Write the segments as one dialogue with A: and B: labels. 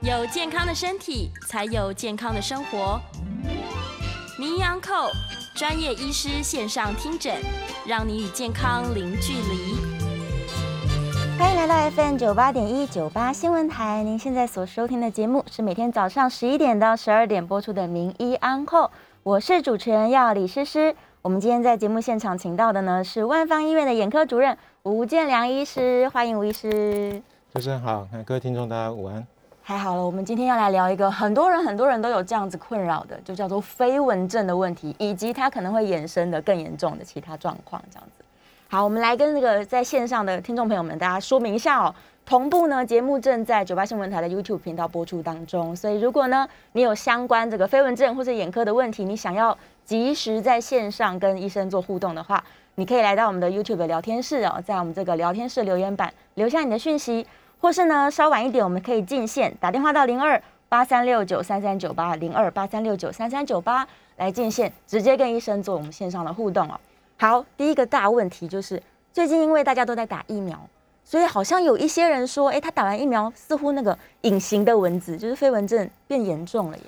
A: 有健康的身体，才有健康的生活。名医安扣专业医师线上听诊，让你与健康零距离。
B: 欢迎来到 FM 九八点一九八新闻台，您现在所收听的节目是每天早上十一点到十二点播出的《名医安扣》，我是主持人要李诗诗。我们今天在节目现场请到的呢是万方医院的眼科主任吴建良医师，欢迎吴医师。
C: 主持人好，那各位听众大家午安。
B: 太好了，我们今天要来聊一个很多人很多人都有这样子困扰的，就叫做飞蚊症的问题，以及它可能会衍生的更严重的其他状况，这样子。好，我们来跟那个在线上的听众朋友们，大家说明一下哦。同步呢，节目正在九八新闻台的 YouTube 频道播出当中，所以如果呢你有相关这个飞蚊症或者眼科的问题，你想要及时在线上跟医生做互动的话，你可以来到我们的 YouTube 的聊天室哦，在我们这个聊天室留言板留下你的讯息。或是呢，稍晚一点我们可以进线打电话到零二八三六九三三九八零二八三六九三三九八来进线，直接跟医生做我们线上的互动哦。好，第一个大问题就是最近因为大家都在打疫苗，所以好像有一些人说，哎、他打完疫苗似乎那个隐形的蚊子，就是飞蚊症变严重了耶。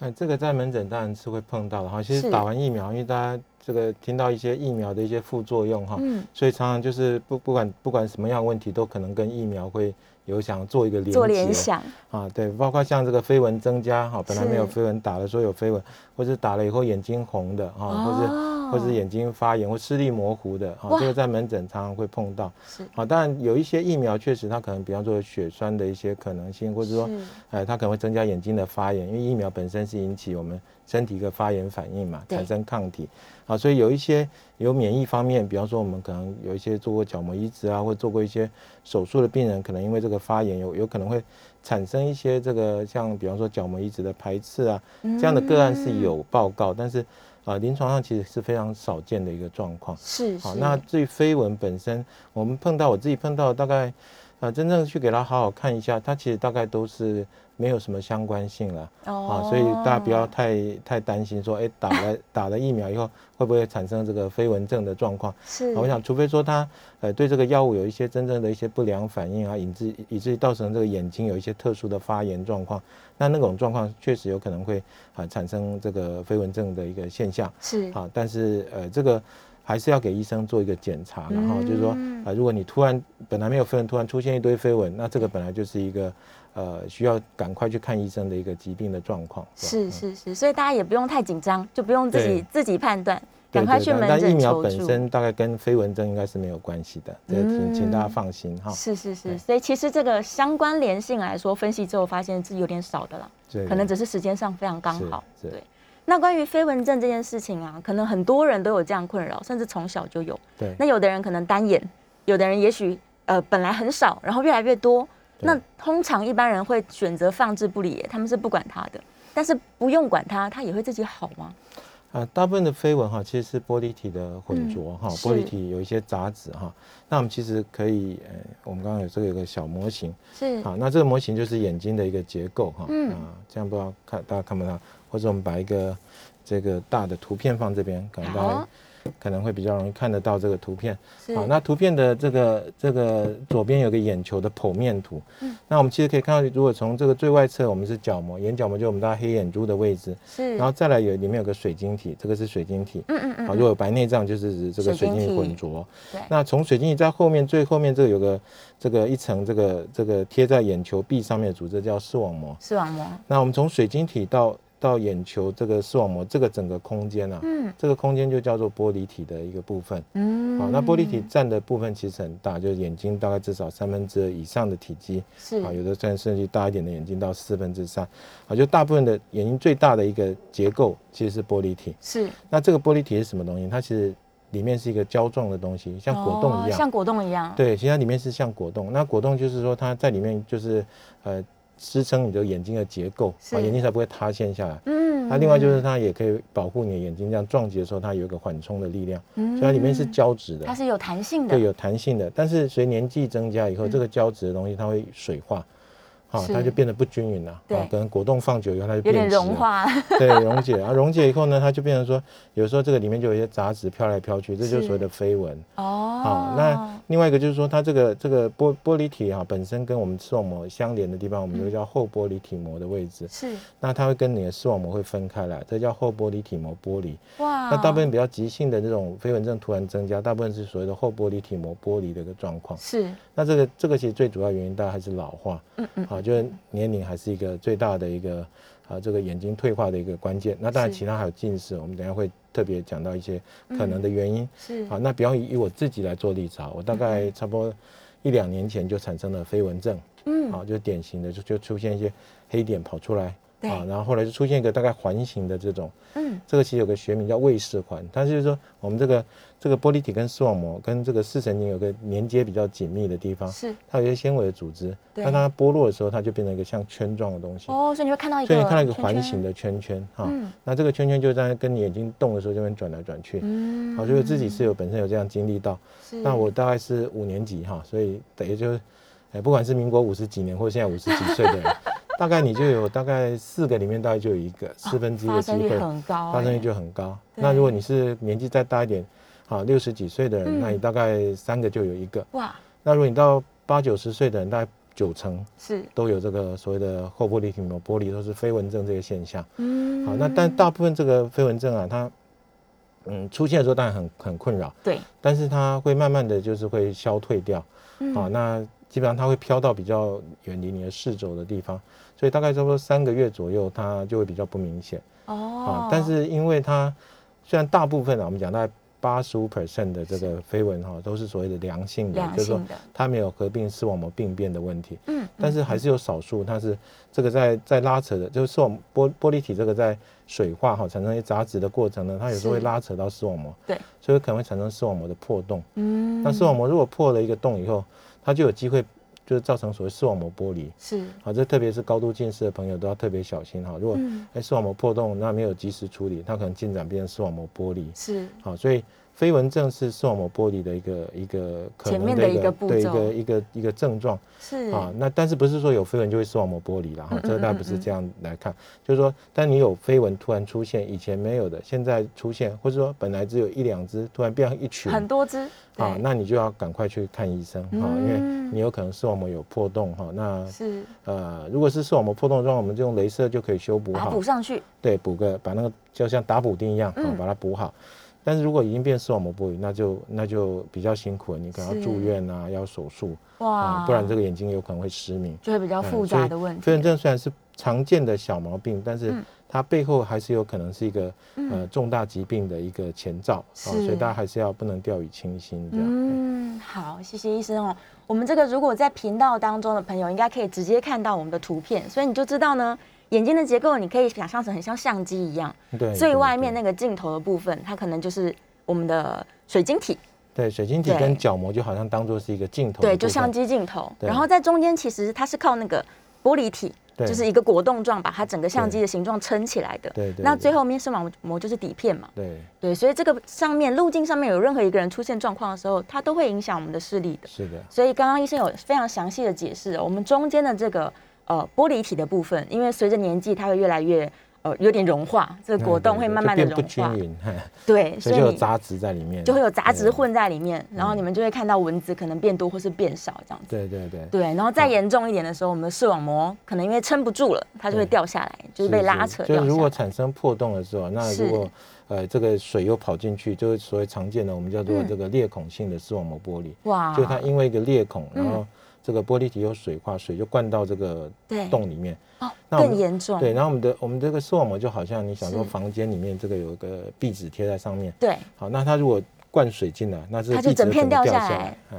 C: 哎，这个在门诊当然是会碰到的哈。其
B: 是
C: 实打完疫苗，因为大家这个听到一些疫苗的一些副作用哈，
B: 嗯，
C: 所以常常就是不不管不管什么样的问题，都可能跟疫苗会有想做一个连
B: 做联
C: 结哦
B: 想，
C: 啊，对，包括像这个飞蚊增加哈，本来没有
B: 是
C: 飞蚊，打了说有飞蚊，或者打了以后眼睛红的哈，或者
B: 哦
C: 或者眼睛发炎或视力模糊的哈，
B: 哇
C: 这个在门诊常常会碰到。
B: 是
C: 啊，当然有一些疫苗确实它可能，比方说有血栓的一些可能性，或者说
B: 是
C: 呃，它可能会增加眼睛的发炎，因为疫苗本身是引起我们身体一个发炎反应嘛，
B: 对
C: 产生抗体。啊，所以有一些有免疫方面，比方说我们可能有一些做过角膜移植啊，或做过一些手术的病人，可能因为这个发炎有有可能会产生一些这个像比方说角膜移植的排斥啊，这样的个案是有报告，但是啊、呃临床上其实是非常少见的一个状况。
B: 是
C: 好，
B: 是，
C: 那至于飞蚊本身，我们碰到我自己碰到大概，啊，真正去给它好好看一下，它其实大概都是没有什么相关性了啊，所以大家不要
B: 哦
C: 太太担心说，哎、打了打了疫苗以后会不会产生这个飞蚊症的状况？
B: 是，
C: 啊我想，除非说他呃对这个药物有一些真正的一些不良反应啊，以致以至于造成这个眼睛有一些特殊的发炎状况，那那种状况确实有可能会啊、产生这个飞蚊症的一个现象。
B: 是
C: 啊，但是呃，这个还是要给医生做一个检查，然后就是说
B: 嗯，
C: 呃，如果你突然本来没有飞蚊，突然出现一堆飞蚊，那这个本来就是一个呃需要赶快去看医生的一个疾病的状况。吧
B: 是是是，所以大家也不用太紧张，就不用自己
C: 对
B: 自己判断，
C: 对
B: 赶快
C: 对
B: 去
C: 但
B: 门
C: 但疫
B: 诊
C: 苗
B: 求
C: 本
B: 助。
C: 身大概跟飞蚊症应该是没有关系的，这个请请大家
B: 嗯
C: 放心哈。
B: 是是是，
C: 哦对
B: 所以其实这个相关联性来说，分析之后发现是有点少的啦，
C: 对
B: 可能只是时间上非常刚
C: 是
B: 好。
C: 是
B: 对，那关于飞蚊症这件事情啊，可能很多人都有这样困扰，甚至从小就有。
C: 对
B: 那有的人可能单眼，有的人也许呃本来很少，然后越来越多。
C: 对
B: 那通常一般人会选择放置不理耶，他们是不管它的，但是不用管它，它也会自己好吗？
C: 啊，大部分的飞蚊哈，其实是玻璃体的混浊哈，玻
B: 嗯是
C: 璃体有一些杂质哈。那我们其实可以，呃，我们刚刚有这个有个小模型，
B: 是
C: 好，那这个模型就是眼睛的一个结构哈。
B: 嗯
C: 啊，这样不知道看大家看不到，或者我们把一个这个大的图片放这边，可能大
B: 好
C: 家可能会比较容易看得到这个图片。
B: 是
C: 好，那图片的这个这个左边有个眼球的剖面图。
B: 嗯
C: 那我们其实可以看到，如果从这个最外侧，我们是角膜，眼角膜就是我们大家黑眼珠的位置，
B: 是，
C: 然后再来有里面有个水晶体，这个是水晶体。
B: 嗯嗯嗯，
C: 好，如果有白内障就是指这个
B: 水
C: 水
B: 晶
C: 晶体
B: 体
C: 混浊
B: 对。
C: 那从水晶体在后面最后面这个有个这个一层这个这个贴在眼球壁上面的组织叫视网膜。
B: 视网膜，
C: 那我们从水晶体到到眼球这个视网膜这个整个空间啊，
B: 嗯
C: 这个空间就叫做玻璃体的一个部分。
B: 嗯，
C: 好，那玻璃体占的部分其实很大，就是眼睛大概至少三分之二以上的体积。
B: 是
C: 啊，有的甚甚至大一点的眼睛到四分之三，啊，就大部分的眼睛最大的一个结构其实是玻璃体。
B: 是
C: 那这个玻璃体是什么东西？它其实里面是一个胶状的东西，像果冻
B: 哦
C: 一样。
B: 像果冻一样，，
C: 对，其实它里面是像果冻。那果冻就是说它在里面就是呃支撑你的眼睛的结构，
B: 是
C: 啊，眼睛才不会塌陷下来。
B: 嗯
C: 它另外就是它也可以保护你的眼睛，这样撞击的时候它有一个缓冲的力量，所以它里面是
B: 嗯
C: 胶质的
B: 它。是有弹性的，嗯
C: 对，有弹性的，但是随年纪增加以后，这个胶质的东西它会水化，好、
B: 是
C: 它就变得不均匀了，啊、
B: 对
C: 可能果冻放久以后它就
B: 有
C: 变
B: 点
C: 质
B: 融
C: 了
B: 化，
C: 对，溶解，啊，溶解以后呢，它就变成说，有时候这个里面就有一些杂质飘来飘去，这就是所谓的飞蚊。
B: 哦，
C: 好、那另外一个就是说，它这个这个玻玻璃体啊，本身跟我们视网膜相连的地方，我
B: 嗯
C: 们就叫后玻璃体膜的位置。
B: 是
C: 那它会跟你的视网膜会分开来，这叫后玻璃体膜剥离。
B: 哇，
C: 那大
B: 哦
C: 部分比较急性的这种飞蚊症突然增加，大部分是所谓的后玻璃体膜剥离的一个状况。
B: 是
C: 那这个这个其实最主要原因大概还是老化，嗯嗯，啊，就是年龄还是一个最大的一个啊这个眼睛退化的一个关键。那当然
B: 是嗯
C: 其他还有近视，我们等一下会特别讲到一些可能的原因。啊
B: 是
C: 好，那比方以以我自己来做例子啊，我大概差不多一两年前就产生了飞蚊症，
B: 嗯
C: 好，就是典型的就就出现一些黑点跑出来，
B: 对
C: 啊，然后后来就出现一个大概环形的这种，
B: 嗯，
C: 这个其实有个学名叫魏氏环，它就是说我们这个这个玻璃体跟视网膜跟这个视神经有个连接比较紧密的地方，
B: 是
C: 它有一些纤维的组织，
B: 对
C: 那它剥落的时候，它就变成一个像圈状的东西，
B: 哦，所以你会看到一个
C: 所以你看到一个
B: 圈
C: 环
B: 圈
C: 形，的圈圈哈、
B: 嗯
C: 那这个圈圈就在跟你眼睛动的时候这边转来转去，
B: 嗯
C: 好，所以我自己是有本身有这样经历到，
B: 是
C: 那我大概是五年级哈，所以等于就是，哎，不管是民国五十几年或现在五十几岁 的人，大概你就有大概四个里面大概就有一个四分之一
B: 哦发
C: 的机
B: 生率
C: 会，
B: 很高哎，
C: 发生率就很高。
B: 对
C: 那如果你是年纪再大一点，好六十几岁的人，
B: 嗯
C: 那你大概三个就有一个。
B: 哇
C: 那如果你到八九十岁的人，大概九成
B: 是
C: 都有这个所谓的后玻璃体膜剥离，都是飞蚊症这个现象。
B: 嗯
C: 好，那但大部分这个飞蚊症啊，它嗯出现的时候当然很很困扰，
B: 对
C: 但是它会慢慢的就是会消退掉，
B: 嗯
C: 啊，那基本上它会飘到比较远离你的视轴的地方，所以大概差不多三个月左右，它就会比较不明显
B: 哦
C: 啊。，但是因为它虽然大部分啊，我们讲大概八十五 percent 的这个飞蚊哈、都是所谓的良性的，
B: 良
C: 就是说
B: 性的
C: 它没有合并视网膜病变的问题，
B: 嗯
C: 但是还是有少数，它是这个在在拉扯的，就是视网玻玻璃体这个在水化哈、产生一些杂质的过程呢，它有时候会
B: 是
C: 拉扯到视网膜，
B: 对，
C: 所以可能会产生视网膜的破洞。
B: 嗯
C: 那视网膜如果破了一个洞以后，它就有机会就是造成所谓视网膜剥离。
B: 是
C: 好，这特别是高度近视的朋友都要特别小心哈。如果
B: 嗯
C: 哎视网膜破洞，那没有及时处理，它可能进展变成视网膜剥离。
B: 是
C: 好，所以飞蚊症是视网膜剥离的一个一个可
B: 前面
C: 能
B: 的
C: 的
B: 一
C: 一
B: 个
C: 个
B: 步
C: 对一
B: 骤
C: 个一个一个症状。
B: 是
C: 啊，那但是不是说有飞蚊就会视网膜剥离了哈
B: 嗯？
C: 这个大
B: 嗯
C: 概不是这样来看，就是说，当你有飞蚊突然出现，以前没有的，现在出现，或者说本来只有一两只，突然变成一群，
B: 很多只
C: 啊，
B: 对
C: 那你就要赶快去看医生哈，因为
B: 嗯
C: 你有可能视网膜有破洞哈。那
B: 是
C: 呃，如果是视网膜破洞的话，我们就用镭射就可以修补
B: 把它
C: 好
B: 补，上去
C: 对，补个把那个就像打补丁一样，啊
B: 嗯
C: 把它补好。但是如果已经变视网膜剥离，那就那就比较辛苦了，你可能
B: 是
C: 要住院啊，要手术
B: 哇
C: 啊，，不然这个眼睛有可能会失明。
B: 就会比较
C: 嗯
B: 复
C: 所以
B: 杂的问
C: 飞
B: 题
C: 蚊症虽然是常见的小毛病，但是
B: 嗯
C: 它背后还是有可能是一个、呃重大疾病的一个前兆啊，
B: 是
C: 所以大家还是要不能掉以轻心这样。
B: 嗯，好，谢谢医生哦。我们这个如果在频道当中的朋友，应该可以直接看到我们的图片，所以你就知道呢，眼睛的结构你可以想象成很像相机一样，
C: 对，
B: 最
C: 对
B: 外
C: 对
B: 面那个镜头的部分，它可能就是我们的水晶体，
C: 对水晶体
B: 对
C: 跟角膜就好像当做是一个镜头的部
B: 对，
C: 分，
B: 就相机镜头。
C: 对
B: 然后在中间其实它是靠那个玻璃体，
C: 对
B: 就是一个果冻状，把它整个相机的形状撑起来的。
C: 对对
B: 那
C: 对
B: 最后面视网膜就是底片嘛，
C: 对，
B: 对，所以这个上面路径上面有任何一个人出现状况的时候，它都会影响我们的视力的。
C: 是的，
B: 所以刚刚医生有非常详细的解释哦，我们中间的这个呃玻璃体的部分，因为随着年纪它会越来越呃有点融化，这个果
C: 嗯
B: 冻
C: 对
B: 会
C: 对
B: 慢
C: 就
B: 慢的
C: 变不
B: 融
C: 均
B: 化，
C: 匀，嗨
B: 对，所
C: 所以
B: 以
C: 就有
B: 你
C: 杂质在里面，
B: 就会有杂质
C: 对。嗯
B: 混在里面，然后你们就会看到蚊子可能变多或是变少这样子。
C: 对对对，
B: 对，然后
C: 嗯
B: 再严重一点的时候，我们的视网膜可能因为撑不住了，它就会
C: 对
B: 掉下来，就是被拉扯
C: 就
B: 掉下来。
C: 是如果产生破洞的时候，那
B: 是
C: 如果呃这个水又跑进去，就是所谓常见的我们叫做
B: 嗯
C: 这个裂孔性的视网膜剥离。
B: 哇，
C: 就它因为一个裂孔，
B: 嗯
C: 然后这个玻璃体有水化，水就灌到这个
B: 对
C: 洞里面。
B: 哦
C: 那我们
B: 更严重，
C: 对，然后我们的我们这个视网膜就好像你想说
B: 是
C: 房间里面这个有一个壁纸贴在上面，
B: 对
C: 好，那它如果灌水进来，那这
B: 它
C: 个
B: 就
C: 壁纸
B: 整片
C: 掉
B: 掉下
C: 下
B: 来啊
C: 来，嗯，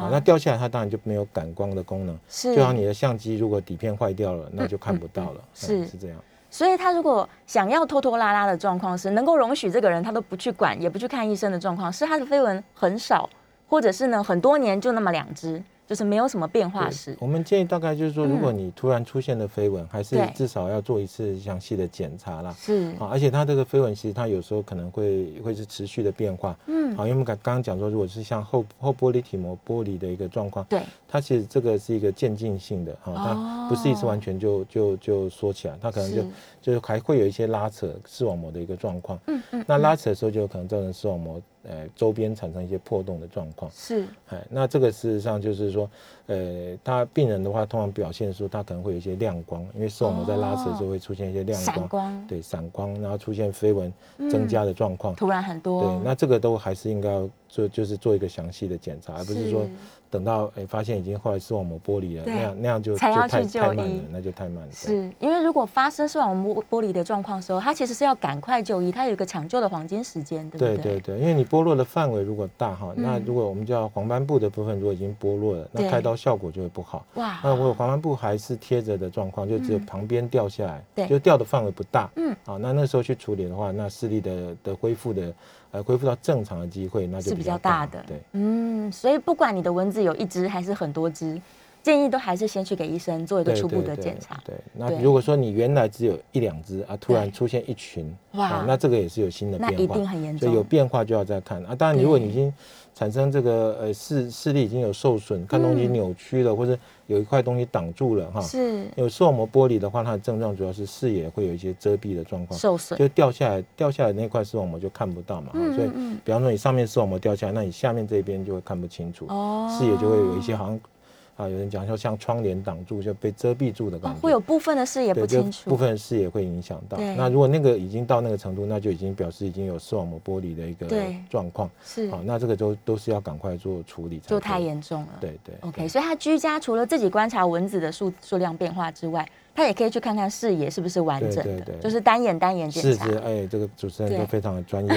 C: 好，那
B: 哇，
C: 掉下来它当然就没有感光的功能，
B: 是
C: 就像你的相机如果底片坏掉了，那就看不到了，
B: 嗯嗯嗯
C: 嗯
B: 是
C: 是这样，
B: 所以他如果想要拖拖拉拉的状况是能够容许这个人他都不去管，也不去看医生的状况，是他的绯闻很少，或者是呢很多年就那么两只，就是没有什么变化
C: 对哦
B: 时。
C: 我们建议大概就是说，
B: 啊嗯
C: 如果你突然出现了飞蚊，还是
B: 对
C: 至少要做一次详细的检查啦。
B: 是，
C: 啊，而且它这个飞蚊其实它有时候可能会会是持续的变化。
B: 嗯，
C: 好，因为我们刚刚刚讲说，如果是像后后玻璃体膜剥离的一个状况，
B: 对，
C: 它其实这个是一个渐进性的，哈、
B: 哦
C: 它不是一次完全就就就缩起来，它可能就是就是还会有一些拉扯视网膜的一个状况。
B: 嗯嗯，
C: 那
B: 嗯
C: 拉扯的时候就有可能造成视网膜呃周边产生一些破洞的状况。
B: 是
C: 哎，那这个事实上就是说，呃，他病人的话，通常表现出他可能会有一些亮光，因为视网膜在拉扯的时候会出现一些亮光，
B: 哦闪光，嗯
C: 对，闪光，然后出现飞蚊增加的状况。
B: 突然很多，
C: 对，那这个都还是应该要做，就是做一个详细的检查，而不是说等到哎、发现已经后来视网膜剥离了，
B: 对
C: 那样那样就就
B: 才要
C: 太
B: 去就
C: 太慢
B: 医
C: 了，那就太慢了。对
B: 是因为如果发生视网膜玻璃的状况的时候，它其实是要赶快就医，它有一个抢救的黄金时间，对不
C: 对
B: 对？
C: 对对，因为你剥落的范围如果大哈，那
B: 嗯
C: 如果我们叫黄斑部的部分如果已经剥落了，
B: 对
C: 那开刀效果就会不好。
B: 哇，
C: 那我有黄斑部还是贴着的状况，就只有
B: 嗯
C: 旁边掉下来，
B: 对
C: 就掉的范围不大。
B: 嗯，
C: 啊，那那时候去处理的话，那视力的的恢复的呃恢复到正常的机会，那就是
B: 比较
C: 大
B: 大的，
C: 对，
B: 嗯，所以不管你的蚊子有一只还是很多只，建议都还是先去给医生做一个
C: 对
B: 初步
C: 对
B: 的
C: 对
B: 检查。
C: 对，那
B: 对
C: 如果说你原来只有一两只啊，突然
B: 对
C: 出现一群，
B: 哇
C: 啊那这个也是有新的
B: 那
C: 变化，
B: 一定很严
C: 所以有
B: 重，
C: 变化就要再看啊。当然，如果你
B: 对
C: 已经产生这个呃视视力已经有受损，看东西
B: 嗯
C: 扭曲了，或者有一块东西挡住了哈，
B: 是
C: 有视网膜剥离的话，它的症状主要是视野会有一些遮蔽的状况，
B: 受损，
C: 就掉下来掉下来那块视网膜就看不到嘛，哈
B: 嗯
C: 所以
B: 嗯嗯
C: 比方说你上面视网膜掉下来，那你下面这边就会看不清楚，
B: 哦
C: 视野就会有一些好像啊有人讲说像窗帘挡住就被遮蔽住的
B: 哦
C: 感觉，
B: 会有部分的视野
C: 对，
B: 不
C: 就
B: 清楚，
C: 部分视野会影响到
B: 对。
C: 那如果那个已经到那个程度，那就已经表示已经有视网膜剥离的一个
B: 对
C: 状况。
B: 是
C: 好，那这个都都是要赶快做处理才可以。
B: 就太严重了。哦
C: 对对。
B: OK，所以他居家除了自己观察蚊子的数数量变化之外，他也可以去看看视野是不是完整的，
C: 对对对
B: 就是单眼单眼检
C: 是
B: 查。
C: 是，哎，这个主持人
B: 对
C: 都非常的专 业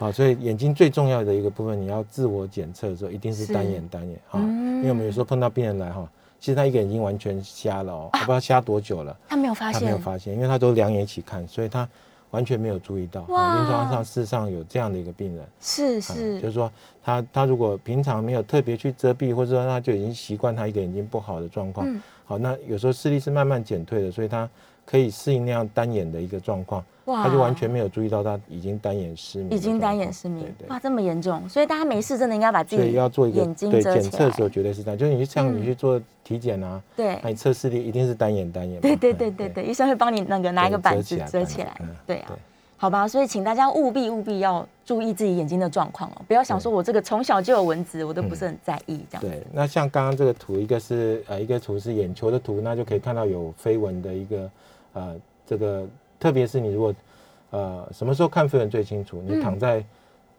C: 啊，所以眼睛最重要的一个部分，你要自我检测的时候，一定是
B: 是
C: 单眼单眼啊，
B: 嗯
C: 因为我们有时候碰到病人来哈，其实他一个眼睛完全瞎了 哦，我不知道瞎多久了，
B: 他没有发
C: 他
B: 现，
C: 没有发现，因为他都两眼一起看，所以他完全没有注意到。
B: 哇
C: 啊临床上事实上有这样的一个病人，
B: 是
C: 啊
B: 是、
C: 就是说他他如果平常没有特别去遮蔽，或者说他就已经习惯他一个眼睛不好的状况，
B: 嗯
C: 好，那有时候视力是慢慢减退的，所以他可以适应那样单眼的一个状况，
B: 哇
C: 他就完全没有注意到他已经单眼失明的
B: 已经
C: 状
B: 单
C: 况，
B: 眼失明，
C: 对对
B: 哇，这么严重，所以大家没事真的应该把自
C: 所以
B: 己
C: 要做一个
B: 眼睛
C: 对
B: 遮
C: 检
B: 起
C: 测的
B: 来
C: 时。候，绝对是单，就是你去像
B: 嗯
C: 你去做体检啊，
B: 对
C: 那你测视力一定是单眼单眼嘛。
B: 对对
C: 哎
B: 对对对，医生会帮你那个拿一个
C: 对
B: 板
C: 遮
B: 子
C: 起来
B: 遮
C: 板
B: 起
C: 子
B: 来
C: 嗯，
B: 对啊
C: 对。
B: 好吧，所以请大家务必务必要注意自己眼睛的状况哦，不要想说我这个从小就有蚊子，我都不是很在意这样。
C: 对，那像刚刚这个图，一个是呃，一个图是眼球的图，那就可以看到有飞蚊的一个呃，这个特别是你如果呃什么时候看飞蚊最清楚？
B: 嗯
C: 你躺在、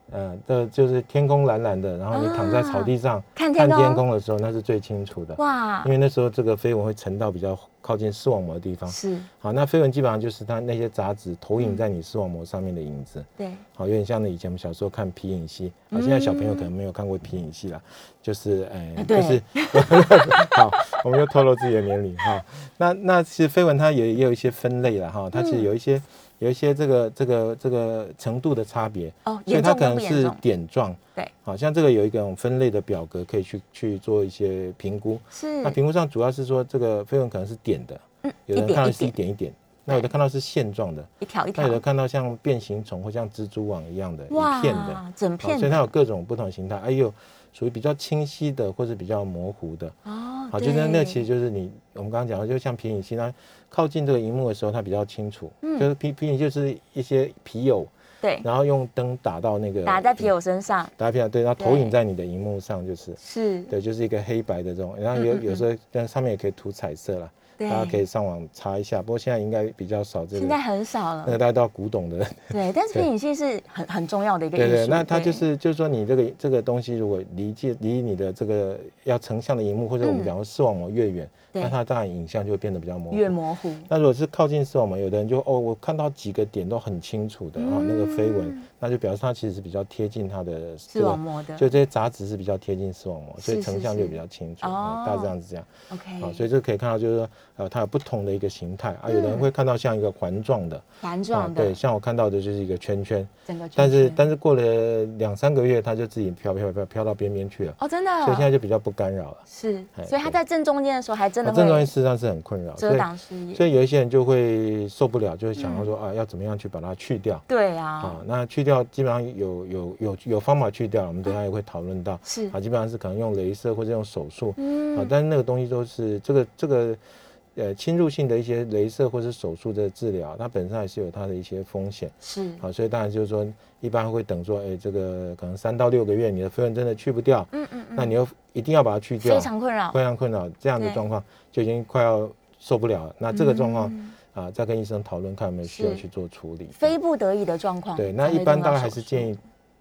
C: 呃，这就是天空蓝蓝的，然后你躺在草地上、
B: 啊看天
C: 看
B: 空，
C: 天空的时候，那是最清楚的，
B: 哇
C: 因，为那时候这个飞蚊会沉到比较靠近视网膜的地方。
B: 是，嗯
C: 好，那飞蚊基本上就是它那些杂质投影在你视网膜上面的影子。
B: 对，
C: 好，有点像以前我们小时候看皮影戏，啊，现在小朋友可能没有看过皮影戏啦，就是，哎、
B: 哎
C: 就
B: 对
C: 是， 好，我们又透露自己的年龄哈。那那其实飞蚊它也也有一些分类了哈，它其实有一
B: 嗯
C: 些、有一些这个这个这个程度的差别，
B: 哦，
C: 所以
B: 严
C: 它
B: 重
C: 可
B: 跟
C: 能
B: 不严
C: 是
B: 重，
C: 点状，
B: 对，
C: 好像这个有一种分类的表格可以去去做一些评估。
B: 是
C: 那评估上主要是说这个飞蚊可能是点的，
B: 嗯
C: 有
B: 一
C: 的人
B: 点
C: 看到
B: 一
C: 是一
B: 点，
C: 点一点，那有的看到是线状的。
B: 一条一
C: 它有的
B: 条，
C: 看到像变形虫或像蜘蛛网一样的一片的，
B: 哇，整
C: 好
B: 片
C: 所以它
B: 的
C: 有各种不同形态。哎有属于比较清晰的，或者比较模糊的。
B: 哦，
C: 好，就是那
B: 对
C: 其实就是你我们刚刚讲的，就像皮影戏，它靠近这个荧幕的时候，它比较清楚。
B: 嗯
C: 就是皮皮影就是一些皮友，
B: 对
C: 然后用灯打到那个
B: 打在皮，友身上
C: 打在皮友对，然后投
B: 对
C: 影在你的荧幕上，就是
B: 是，
C: 对，就是一个黑白的这种。然后有
B: 嗯嗯
C: 有时候但上面也可以涂彩色啦，
B: 对
C: 大，家可以上网查一下。不过现在应该比较少这
B: 现
C: 个
B: 在，很少
C: 那个
B: 了，
C: 大家到古董的
B: 对，但是皮
C: 对
B: 影戏是很很重要的一个艺
C: 对
B: 术，
C: 对，那它就是就是说，你这个这个东西如果离界离你的这个要成像的荧幕，或者我们
B: 嗯
C: 讲说视网膜越远，
B: 对
C: 那它当然影像就会变得比较模糊。
B: 越模糊，
C: 那如果是靠近视网膜，有的人就哦，我看到几个点都很清楚的啊、哦，那个飞蚊，那就表示它其实是比较贴近它的
B: 嗯视
C: 这
B: 网
C: 个，
B: 膜的
C: 就这些杂质是比较贴近视网膜，所以
B: 是是
C: 成像就是比较清楚，
B: 哦哎
C: 嗯大致上是这样。啊，
B: ，OK，
C: 所以就可以看到，就是说，呃，它有不同的一个形态啊，有的人会看到像一个环状的，
B: 环
C: 啊
B: 嗯状，的
C: 对，像我看到的就是一个圈圈，
B: 整个圈圈，
C: 但是但是过了两三个月，它就自己飘飘飘飘到边边去了，
B: 哦，真的
C: 所以现在
B: 哦
C: 就比较不干扰了。
B: 是，
C: 哎
B: 所以它
C: 对
B: 在正中间的时候还真的
C: 啊这东西
B: 会
C: 事实上是很困扰，所
B: 遮
C: 以
B: 挡嗯视野，
C: 所以有一些人就会受不了，就是想要说啊，要怎么样去把它去掉
B: 对
C: 啊
B: 啊，？
C: 那去掉基本上有有有有方法去掉，我们等一下也会讨论到
B: 嗯是
C: 啊，，基本上是可能用镭射或者用手术，啊
B: 嗯，，
C: 但是那个东西都是这个这个呃侵入性的一些镭射或是手术的治疗，它本身还是有它的一些风险
B: 是，
C: 啊，所以当然就是说一般会等说，哎，这个可能三到六个月你的飞蚊真的去不掉，
B: 嗯嗯
C: 那
B: 嗯，
C: 你又一定要把它去掉
B: 非，常困扰，
C: 非常困扰，这样的
B: 对
C: 状况就已经快要受不了了。那这个状况
B: 嗯
C: 啊，再跟医生讨论看有没有需要
B: 是
C: 去做处理。
B: 非不得已的状况才
C: 对，
B: 会动到手
C: 那
B: 术，
C: 一般大概还是建议，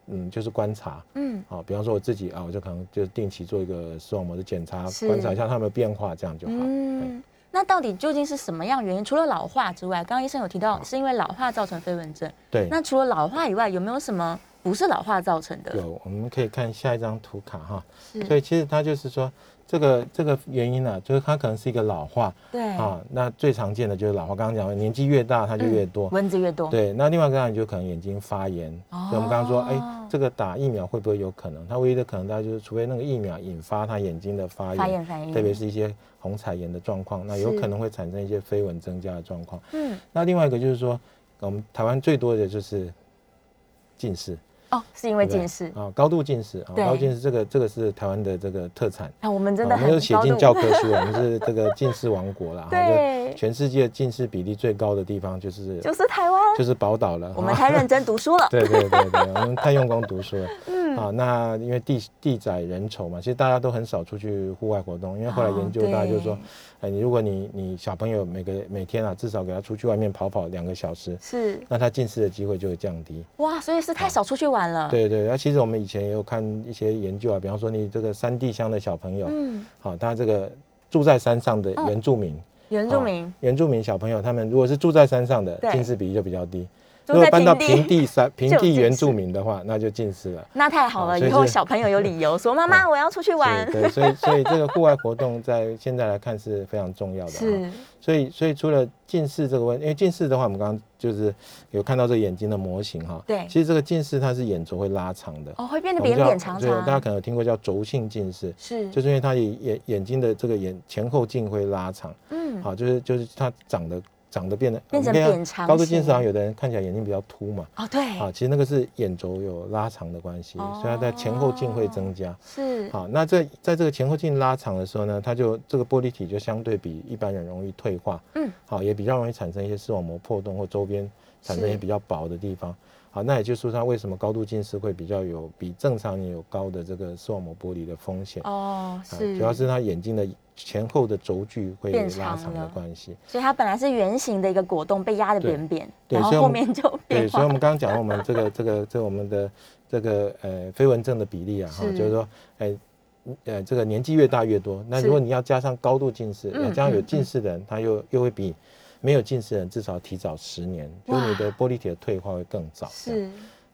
C: 嗯，就是观察。
B: 嗯，
C: 啊，比方说我自己啊，我就可能就是定期做一个视网膜的检查，
B: 是
C: 观察一下它有没有变化，这样就好。哎
B: 嗯，那到底究竟是什么样原因？除了老化之外，刚刚医生有提到是因为老化造成飞蚊症。
C: 对，
B: 那除了老化以外，有没有什么不是老化造成的？
C: 有我们可以看下一张图卡哈。
B: 是
C: 所以其实它就是说，这个这个原因呢、啊就是它可能是一个老化
B: 对，
C: 啊。那最常见的就是老化，刚刚讲的年纪越大它就越多。
B: 蚊子越多，
C: 对，那另外一个当然就可能眼睛发炎，所以我们刚刚说，哎
B: 哦，
C: 这个打疫苗会不会有可能？它唯一的可能，大概就是除非那个疫苗引发它眼睛的发炎，
B: 发炎反应，
C: 特别是一些红彩炎的状况，那有可能会产生一些飞蚊增加的状况。
B: 嗯
C: 那另外一个就是说，我们台湾最多的就是近视，
B: 哦，是因
C: 对
B: 为
C: 不对
B: 近视。
C: 啊，高度近视啊，
B: 对
C: 高度近视这个这个是台湾的这个特产。
B: 啊，我们真
C: 啊
B: 的
C: 我们
B: 很
C: 就写
B: 高
C: 进
B: 度
C: 教科书啊了，我们是 这个近视王国了。啊
B: 对
C: 就全世界近视比例最高的地方就是
B: 就是台湾，
C: 就是宝岛了。
B: 我们
C: 啊
B: 太认真读书了。
C: 对对对对，我们太用功读书了。嗯，啊，那因为地地窄人稠嘛，其实大家都很少出去户外活动，因为后来研究
B: 哦对
C: 大家就是说，哎，你如果你你小朋友每个每天啊，至少给他出去外面跑跑两个小时，
B: 是
C: 那他近视的机会就会降低。
B: 哇，所以是太少出去玩了。，
C: 啊对对，那其实我们以前也有看一些研究啊，比方说你这个山地乡的小朋友，
B: 嗯，哦
C: 好、他这个住在山上的原住民。哦
B: 原住民
C: 原住民小朋友，他们如果是住在山上的，
B: 对
C: 近视比例就比较低。
B: 住
C: 如果
B: 在
C: 搬到
B: 平地
C: 平 地山、平
B: 就有
C: 地
B: 近
C: 原
B: 视
C: 住民的话，那就近视了。
B: 那太好
C: 哦
B: 了，
C: 所以
B: 以后
C: 是
B: 小朋友有理 由说妈妈我要出去玩
C: 对。对，所以所以这个户外活动在现在来看是非常重要的、啊。
B: 是，
C: 所以所以除了近视这个问因为近视的话，我们刚刚就是有看到这个眼睛的模型哈、
B: 对
C: 其实这个近视它是眼轴会拉长的，
B: 哦，会变
C: 我
B: 得
C: 们
B: 扁
C: 叫
B: 扁长
C: 对，大
B: 长。嗯
C: 家可能有听过叫轴性近视，
B: 是，
C: 就是因为它眼眼眼睛的这个眼前后径会拉长，
B: 嗯，
C: 好、就是就是它长得长得变得
B: 变成
C: 我们看
B: 扁长
C: 高度近视
B: 型
C: 好像有的人看起来眼睛比较凸嘛，
B: 哦，对，
C: 啊，其实那个是眼轴有拉长的关系，所以它在前后径会增加。
B: 是，
C: 好，那在在这个前后径拉长的时候呢，它就这个玻璃体就相对比一般人容易退化，
B: 嗯，
C: 好，也比较容易产生一些视网膜破洞或周边产生一些
B: 是
C: 比较薄的地方。好，那也就是说它为什么高度近视会比较有比正常人有高的这个视网膜剥离的风险。
B: 哦，
C: 啊
B: 是，
C: 主要是它眼睛的前后的轴距会
B: 变
C: 拉
B: 长
C: 长的
B: 了
C: 关系。
B: 所以它本来是圆形的一个果冻，被压得
C: 对
B: 扁扁，
C: 对
B: 然后
C: 所以我
B: 后
C: 们
B: 面就
C: 对，
B: 变
C: 所以
B: 化
C: 我。们刚刚讲我们 这个这个这个我们的这个呃飞蚊症的比例啊，哈，
B: 是
C: 就是说，哎、呃，这个年纪越大越多。那
B: 是
C: 如果你要加上高度近视，
B: 嗯
C: 呃加上有
B: 嗯
C: 近视的人，他又又会比没有近视的人至少提早十年，就
B: 哇
C: 是你的玻璃体的退化会更早。这
B: 是
C: 样，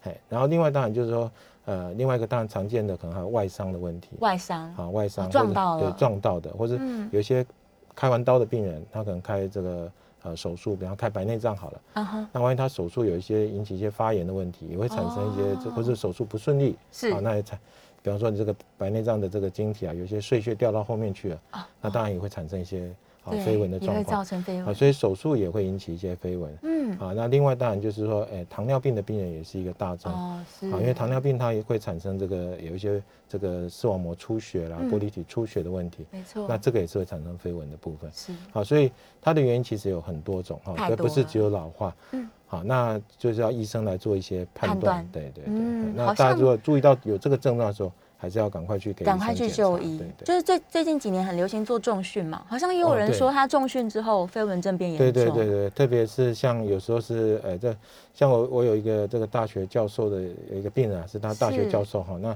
C: 哎，然后另外当然就是说，呃，另外一个当然常见的可能还有外伤的问题，
B: 外伤，
C: 啊，外伤
B: 哦
C: 或
B: 撞
C: 者
B: 到
C: 对
B: 了
C: 撞到的，或是
B: 嗯
C: 有一些开完刀的病人，他可能开这个呃手术，比方开白内障好了。
B: 啊哈，
C: 那万一他手术有一些引起一些发炎的问题，也会产生一些，这
B: 哦
C: 或是手术不顺利，
B: 是
C: 啊，那也产，比方说你这个白内障的这个晶体啊，有一些碎屑掉到后面去了，
B: 啊
C: 那当然也会产生一些啊
B: 对，
C: 飞蚊的
B: 也会
C: 状
B: 造
C: 况
B: 成飞
C: 啊，
B: 蚊。
C: 所以手术也会引起一些飞蚊
B: 嗯，
C: 啊。那另外当然就是说，哎，糖尿病的病人也是一个大宗。啊，
B: 哦，是，
C: 因为糖尿病它也会产生这个有一些这个视网膜出血啦、
B: 嗯
C: 玻璃体出血的问题，
B: 没错，
C: 那这个也是会产生飞蚊的部分。
B: 是
C: 好，所以它的原因其实有很多种哈，
B: 太
C: 所以不
B: 多
C: 是
B: 了
C: 只有老化。
B: 嗯，
C: 好，那就是要医生来做一些判
B: 判断。
C: 断对对对。
B: 嗯
C: 那
B: 好
C: 大家
B: 像
C: 如果注意到有这个症状的时候，还是要赶快去给医
B: 赶快
C: 生
B: 去
C: 检查
B: 就医
C: 对。对。
B: 就是最最近几年很流行做重训嘛，好像也有
C: 哦
B: 人
C: 对
B: 说他重训之后飞蚊症变严
C: 对
B: 重。
C: 对对对，特别是像有时候是，呃，这像我我有一个这个大学教授的一个病人啊，是他大学
B: 是
C: 教授哈，那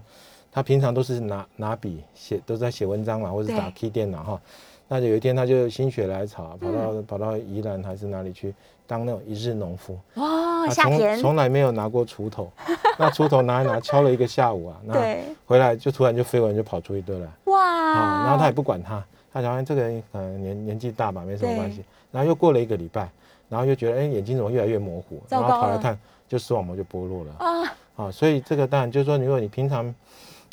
C: 他平常都是拿拿笔写，都是在写文章嘛，或者是打 key 电脑哈。那就有一天他
B: 嗯
C: 就心血来潮，跑到、跑到宜兰还是哪里去当那种一日农夫，
B: 哇，
C: 啊
B: 夏天
C: 从从来没有拿过锄头，那锄头拿一拿，敲了一个下午啊，那
B: 对，
C: 回来就突然就飞蚊就跑出一堆来
B: 哇，
C: 啊，然后他也不管他，他想哎这个人可能年年纪大吧，没什么
B: 对
C: 关系。然后又过了一个礼拜，然后又觉得哎眼睛怎么越来越模糊，
B: 糟
C: 然
B: 糕
C: 后跑来
B: 了
C: 看就视网膜就剥落了
B: 啊，
C: 啊，所以这个当然就是说，如果你平常，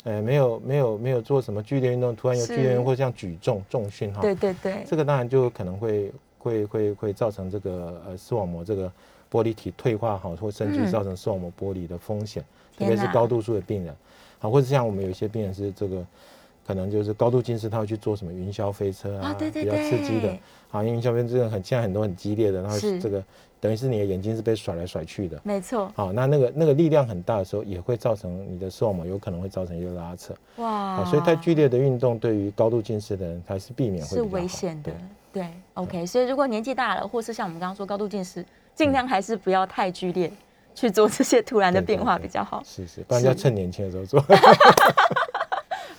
C: 呃，没有没有没有做什么剧烈运动，突然有
B: 是
C: 剧烈运动或像举重重训哈，
B: 对对对，
C: 这个当然就可能会会会会造成这个呃视网膜这个玻璃体退化哈，或
B: 嗯
C: 甚至造成视网膜剥离的风险，特
B: 天
C: 别是
B: 哪
C: 高度数的病人，啊，或者像我们有一些病人是这个。可能就是高度近视，他会去坐什么云霄飞车啊，
B: 啊对对
C: 比较刺激的
B: 对，
C: 啊，因为云霄飞车这个很现在很多很激烈的，然后
B: 是
C: 这个等于是你的眼睛是被甩来甩去的，
B: 没错，
C: 好，那那个那个力量很大的时候，也会造成你的视网膜有可能会造成一个拉扯
B: 哇
C: 啊，所以太剧烈的运动对于高度近视的人还是避免会
B: 是
C: 比较
B: 危
C: 好
B: 险的
C: 对。嗯
B: 对，OK，所以如果年纪大了，或是像我们刚刚说高度近视，尽量还是不要太剧烈去做这些突然的
C: 对对
B: 变化
C: 对
B: 比较好。
C: 是是，不然要
B: 是
C: 趁年轻的时候做。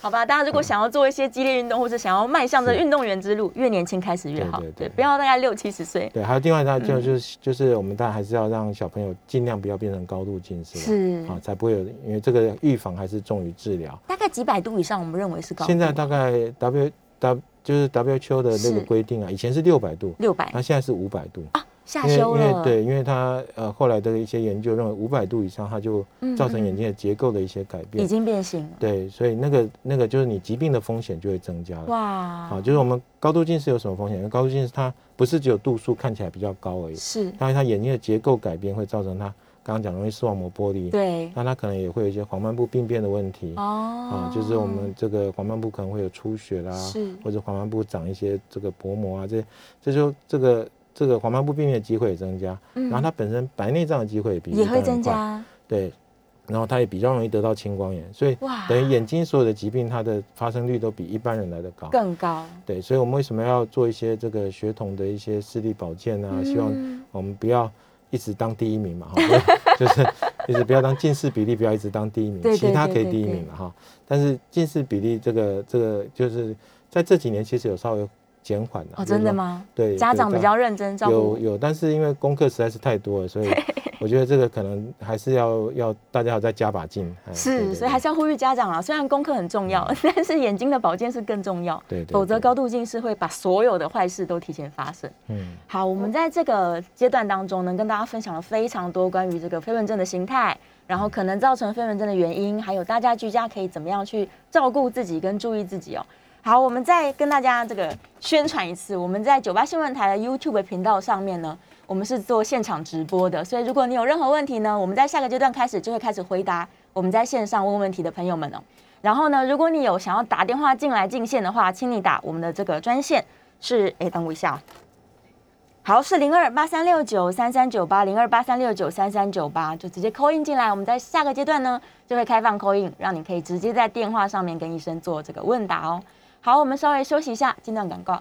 B: 好吧，大家如果想要做一些激烈运动，或者想要迈向这
C: 是
B: 运动员之路，越年轻开始越
C: 对
B: 好
C: 对。
B: 对，
C: 对
B: 不要大概六七十岁。
C: 对，还有另外一大
B: 嗯
C: 就就是就是我们大家还是要让小朋友尽量不要变成高度近视啦，
B: 是，
C: 啊，才不会有，因为这个预防还是重于治疗。
B: 大概几百度以上，我们认为是高度。
C: 现在大概 W W 就是 WHO 的那
B: 是
C: 个规定啊，以前是六百度，
B: 六百啊
C: 它现在是五百度。
B: 下
C: 因为
B: 修
C: 啊因为
B: 了，
C: 对，因为它呃后来的一些研究认为五百度以上，它就造成眼睛的结构的一些改变。
B: 嗯已经变形了。
C: 对，所以那个那个就是你疾病的风险就会增加了。
B: 哇
C: 好，，就是我们高度近视有什么风险？因为高度近视它不是只有度数看起来比较高而已，
B: 是，
C: 但是它眼睛的结构改变会造成它刚刚讲容易视网膜剥离，
B: 对，
C: 那它可能也会有一些黄斑部病变的问题。
B: 哦
C: 啊，就是我们啊这个黄斑部可能会有出血啦，
B: 是
C: 或者黄斑部长一些这个薄膜啊，这这就这个这个黄斑部病变的机会也增加，然后它本身白内障的机会也比
B: 嗯也
C: 一般
B: 会
C: 人
B: 增
C: 快，
B: 加，
C: 对，然后它也比较容易得到青光眼，所以
B: 哇
C: 等于眼睛所有的疾病它的发生率都比一般人来的高。
B: 更高。
C: 对，所以我们为什么要做一些这个血统的一些视力保健啊？希望
B: 嗯
C: 我们不要一直当第一名嘛，哈， 不要就是一直不要当近视比例，不要一直当第一名，
B: 对对
C: 其他
B: 对
C: 可以
B: 对
C: 第一
B: 对
C: 名嘛，哈。但是近视比例这个这个就是在这几年其实有稍微减缓了、
B: 哦，真的
C: 就是说？
B: 吗？
C: 对，
B: 家
C: 有
B: 长比
C: 到
B: 较认真照
C: 有
B: 顾，
C: 有，但是因为功课实在是太多了，所以 我觉得这个可能还是要要大家要再加把劲。哎对
B: 是，
C: 对嗯
B: 所以还是要呼吁家长啊。虽然功课很重要， 但是眼睛的保健是更重要，
C: 对对对
B: 否则高度近视会把所有的坏事都提前发生。
C: 嗯，
B: 好，我们在这个阶段当中呢，跟大家分享了非常多关于这个飞蚊症的形态，然后可能造成飞蚊症的原因，还有大家居家可以怎么样去照顾自己跟注意自己哦。好，我们再跟大家这个宣传一次，我们在九八新闻台的 YouTube 频道上面呢，我们是做现场直播的，所以如果你有任何问题呢，我们在下个阶段开始就会开始回答我们在线上问问题的朋友们哦。然后呢，如果你有想要打电话进来进线的话，请你打我们的这个专线是，哎，等我一下、哦。好，是零二八三六九三三九八零二八三六九三三九八，就直接 call in 进来。我们在下个阶段呢，就会开放 call in，让你可以直接在电话上面跟医生做这个问答哦。好，我们稍微休息一下，进段广告。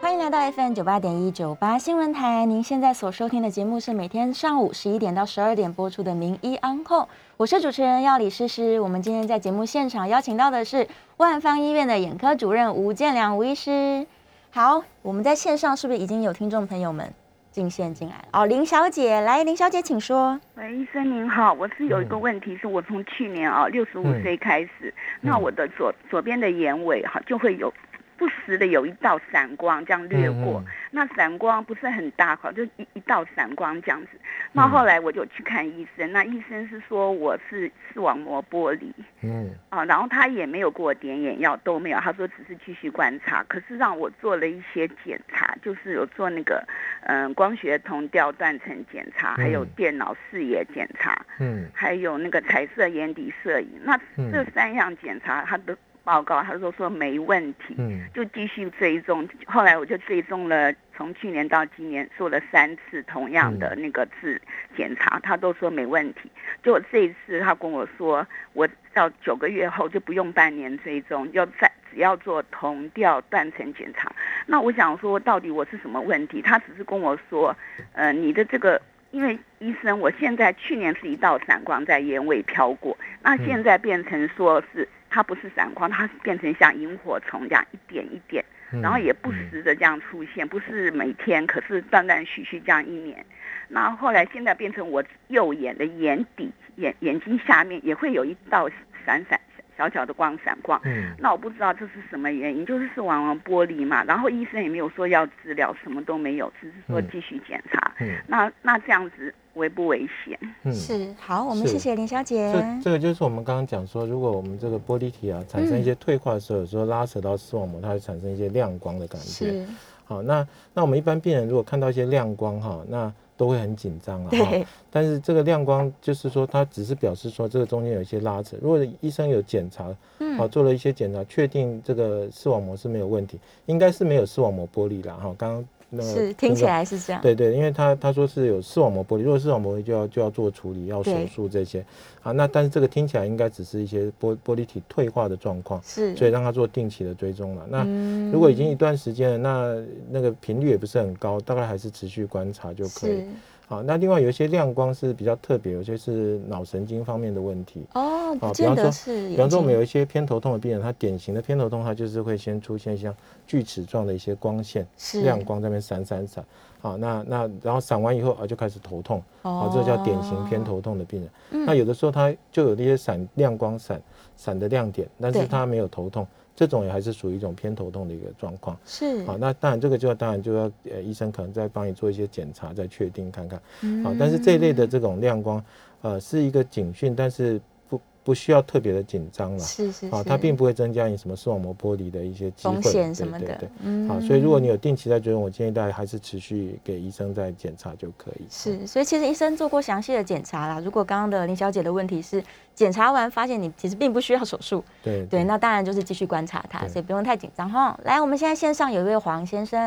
B: 欢迎来到 FM 九八点一九八新闻台，您现在所收听的节目是每天上午十一点到十二点播出的《名医 Uncle》，我是主持人要李诗诗。我们今天在节目现场邀请到的是万方医院的眼科主任吴建良吴医师。好，我们在线上是不是已经有听众朋友们进线进来了？哦，林小姐，来，林小姐，请说。
D: 喂，医生您好，我是有一个问题，是我从去年啊六十五
C: 嗯
D: 岁开始，那我的左左边的眼尾哈、就会有不时的有一道闪光这样掠过，
C: 嗯嗯
D: 那闪光不是很大哈，就一一道闪光这样子。
C: 嗯
D: 那后来我就去看医生，那医生是说我是视网膜剥离
C: 嗯
D: 啊，然后他也没有给我点眼药都没有，他说只是继续观察，可是让我做了一些检查，就是有做那个嗯、光学同调断层检查，还有
C: 嗯
D: 电脑视野检查。
C: 嗯
D: 还有那个彩色眼底摄影，那这
C: 嗯
D: 三样检查他的报告，他都说没问题，
C: 嗯
D: 就继续追踪。后来我就追踪了，从去年到今年做了三次同样的那个治检查，他都说没问题。就这一次他跟我说，我到九个月后就不用半年追踪，要再只要做同调断层检查。那我想说，到底我是什么问题？他只是跟我说，呃，你的这个，因为医生，我现在去年是一道闪光在眼尾飘过，那现在变成说是它不是闪光，它变成像萤火虫这样一点一点，
C: 嗯
D: 然后也不时的这样出现，不是每天，可是断断续续这样一年。那后来现在变成我右眼的眼底、眼眼睛下面也会有一道闪闪小小的光闪光。
C: 嗯
D: 那我不知道这是什么原因，就是视网膜剥离嘛。然后医生也没有说要治疗，什么都没有，只是说
C: 嗯
D: 继续检查。
C: 嗯
D: 那那这样子危不危险？
C: 嗯
B: 是好，我们
C: 是
B: 谢谢林小姐。
C: 这这个就是我们刚刚讲说，如果我们这个玻璃体啊产生一些退化的时候，有时候拉扯到视网膜，它会产生一些亮光的感觉。
B: 是，
C: 好，那那我们一般病人如果看到一些亮光哈，那都会很紧张啊。哈
B: 对，
C: 但是这个亮光就是说，它只是表示说这个中间有一些拉扯。如果医生有检查，
B: 嗯
C: 好、做了一些检查，确定这个视网膜是没有问题，应该是没有视网膜剥离啦。哈、刚刚那个
B: 是听起
C: 那个
B: 来是这样。
C: 对对，因为他他说是有视网膜剥离，如果视网膜剥离就要就要做处理，要手
B: 对
C: 术这些啊。那但是这个听起来应该只是一些玻玻璃体退化的状况，
B: 是，
C: 所以让他做定期的追踪了。那
B: 嗯
C: 如果已经一段时间了，那那个频率也不是很高，大概还是持续观察就可以
B: 是。
C: 好，那另外有一些亮光是比较特别，有些是脑神经方面的问题。
B: 哦，
C: 啊
B: 不
C: 比
B: 见
C: 方
B: 得
C: 说
B: 是
C: 比
B: 眼睛。
C: 方说，我们有一些偏头痛的病人，他典型的偏头痛，他就是会先出现像锯齿状的一些光线
B: 是，
C: 亮光在那边闪闪闪。好，那那然后闪完以后啊，就开始头痛，
B: 哦
C: 啊，这叫典型偏头痛的病人。
B: 嗯
C: 那有的时候他就有那些闪亮光闪闪的亮点，但
B: 对
C: 是他没有头痛，这种也还是属于一种偏头痛的一个状况。
B: 是
C: 好，那当然这个就要当然就要呃医生可能再帮你做一些检查，再确定看看。好，但是
B: 嗯
C: 这一类的这种亮光，呃，是一个警讯，但是不不需要特别的紧张啦。
B: 是是
C: 好，
B: 是
C: 它并不会增加你什么视网膜剥离的一些机会
B: 风险什么
C: 对
B: 的
C: 对，对。
B: 嗯
C: 好，所以如果你有定期在追踪，我建议大家还是持续给医生再检查就可以。
B: 是，所以其实医生做过详细的检查啦。如果刚刚的林小姐的问题是检查完发现你其实并不需要手术，
C: 对
B: 对，那当然就是继续观察它，
C: 对
B: 所以不用太紧张哈。来，我们现在线上有一位黄先生，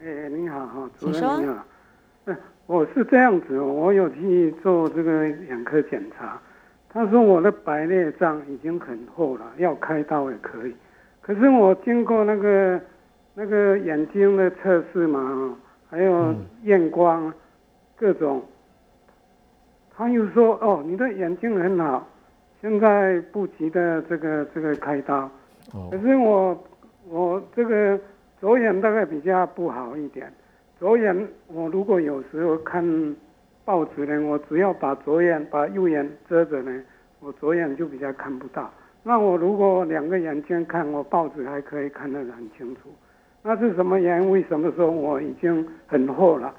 E: 哎，你好哈，主
B: 请
E: 任
B: 说
E: 你好。嗯，我是这样子，哦我有去做这个眼科检查，他说我的白内障已经很厚了，要开刀也可以。可是我经过那个那个眼睛的测试嘛，哦还有
C: 嗯
E: 验光、各种，他又说哦，你的眼睛很好，现在不急的这个这个开刀。
C: 哦
E: 可，是我我这个左眼大概比较不好一点，左眼我如果有时候看报纸呢，我只要把左眼把右眼遮着呢，我左眼就比较看不到。那我如果两个眼睛看，我报纸还可以看得很清楚。那是什么原因？为什么说我已经很厚了，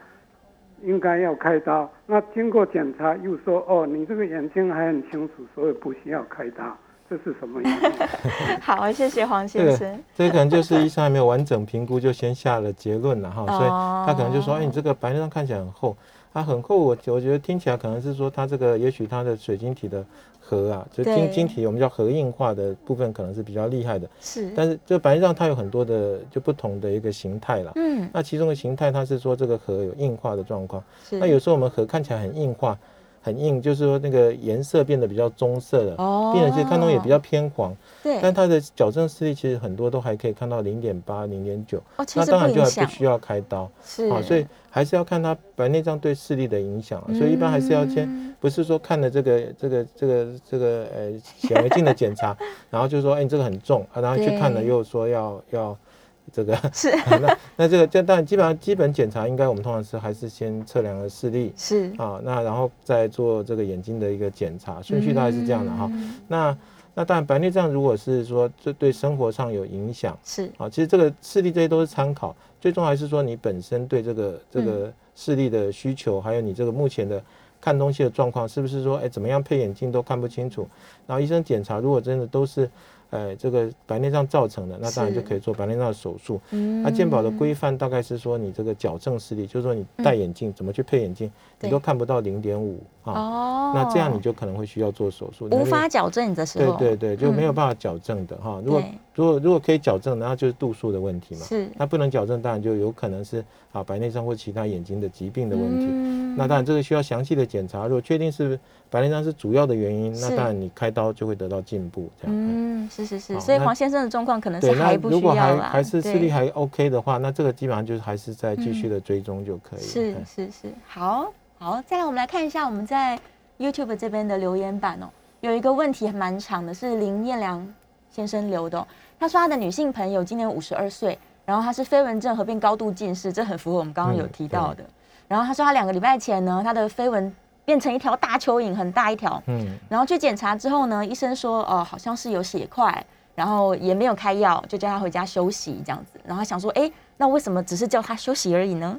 E: 应该要开刀？那经过检查又说，哦，你这个眼睛还很清楚，所以不需要开刀。这是什么原因？
B: 好，谢谢黄
C: 这
B: 先
C: 个
B: 生。
C: 这可能就是医生还没有完整评估就先下了结论了哈，所以他可能就说，
B: 哦
C: 哎，你这个白内障看起来很厚，它很厚，我我觉得听起来可能是说它这个也许它的水晶体的核啊，就
B: 对
C: 晶晶体我们叫核硬化的部分可能是比较厉害的，
B: 是，
C: 但是这白内障它有很多的就不同的一个形态啦。
B: 嗯，
C: 那其中的形态，它是说这个核有硬化的状况。
B: 是，
C: 那有时候我们核看起来很硬化，很硬，就是说那个颜色变得比较棕色了。
B: 哦
C: 病人其实看东西也比较偏黄，
B: 对，
C: 但他的矫正视力其实很多都还可以看到零点八、零点九，
B: 哦，其
C: 那
B: 实
C: 当
B: 不
C: 然就
B: 影
C: 还
B: 响
C: 不，需要开刀
B: 是
C: 啊，所以还是要看他白内障对视力的影响啊，所以一般还是要先
B: 嗯
C: 不是说看了这个这个这个这个呃显微镜的检 查，然后就说哎你这个很重啊，然后去看了
B: 对
C: 又说要要这个
B: 是
C: 那那这个这当然基本上基本检查应该我们通常是还是先测量了视力
B: 是
C: 啊，那然后再做这个眼睛的一个检查，顺序大概是这样的哈、
B: 嗯
C: 那那当然白内障如果是说这对生活上有影响
B: 是
C: 啊，其实这个视力这些都是参考，最重要还是说你本身对这个这
B: 嗯
C: 个视力的需求，还有你这个目前的。看东西的状况是不是说，哎，怎么样配眼镜都看不清楚？然后医生检查，如果真的都是，呃，这个白内障造成的，那当然
B: 是
C: 就可以做白内障的手术。
B: 嗯
C: 那健保的规范大概是说，你这个矫正视力，就是说你戴眼镜、怎么去配眼镜，
B: 嗯对
C: 你都看不到零点五啊，
B: 哦，
C: 那这样你就可能会需要做手术。
B: 无
C: 那就
B: 法矫正的时
C: 对
B: 候，
C: 对对，就没有
B: 嗯
C: 办法矫正的哈。如果
B: 对
C: 如果如果可以矫正，那就是度数的问题嘛。
B: 是
C: 那不能矫正，当然就有可能是啊白内障或其他眼睛的疾病的问题。
B: 嗯
C: 那当然这个需要详细的检查，如果确定是白内障是主要的原因，那
B: 是
C: 当然你开刀就会得到进步这样。
B: 嗯，是是是，
C: 好
B: 所以
C: 那
B: 黄先生的状况可能是
C: 对，那
B: 还不
C: 如
B: 需
C: 果
B: 要
C: 还
B: 啦，
C: 还是视
B: 对嗯
C: 力还 OK 的话，那这个基本上就是还是在继续的追踪就可以了。
B: 是
C: 嗯
B: 是是，好好，再来我们来看一下我们在 YouTube 这边的留言板哦。有一个问题还蛮长的，是林彦良先生留的哦、他说他的女性朋友今年五十二岁，然后她是飞蚊症合并高度近视，这很符合我们刚刚有
C: 嗯
B: 提到的。然后他说他两个礼拜前呢，他的飞蚊变成一条大蚯蚓，很大一条，
C: 嗯
B: 然后去检查之后呢，医生说哦、好像是有血块，然后也没有开药，就叫他回家休息这样子。然后他想说，哎，那为什么只是叫他休息而已呢？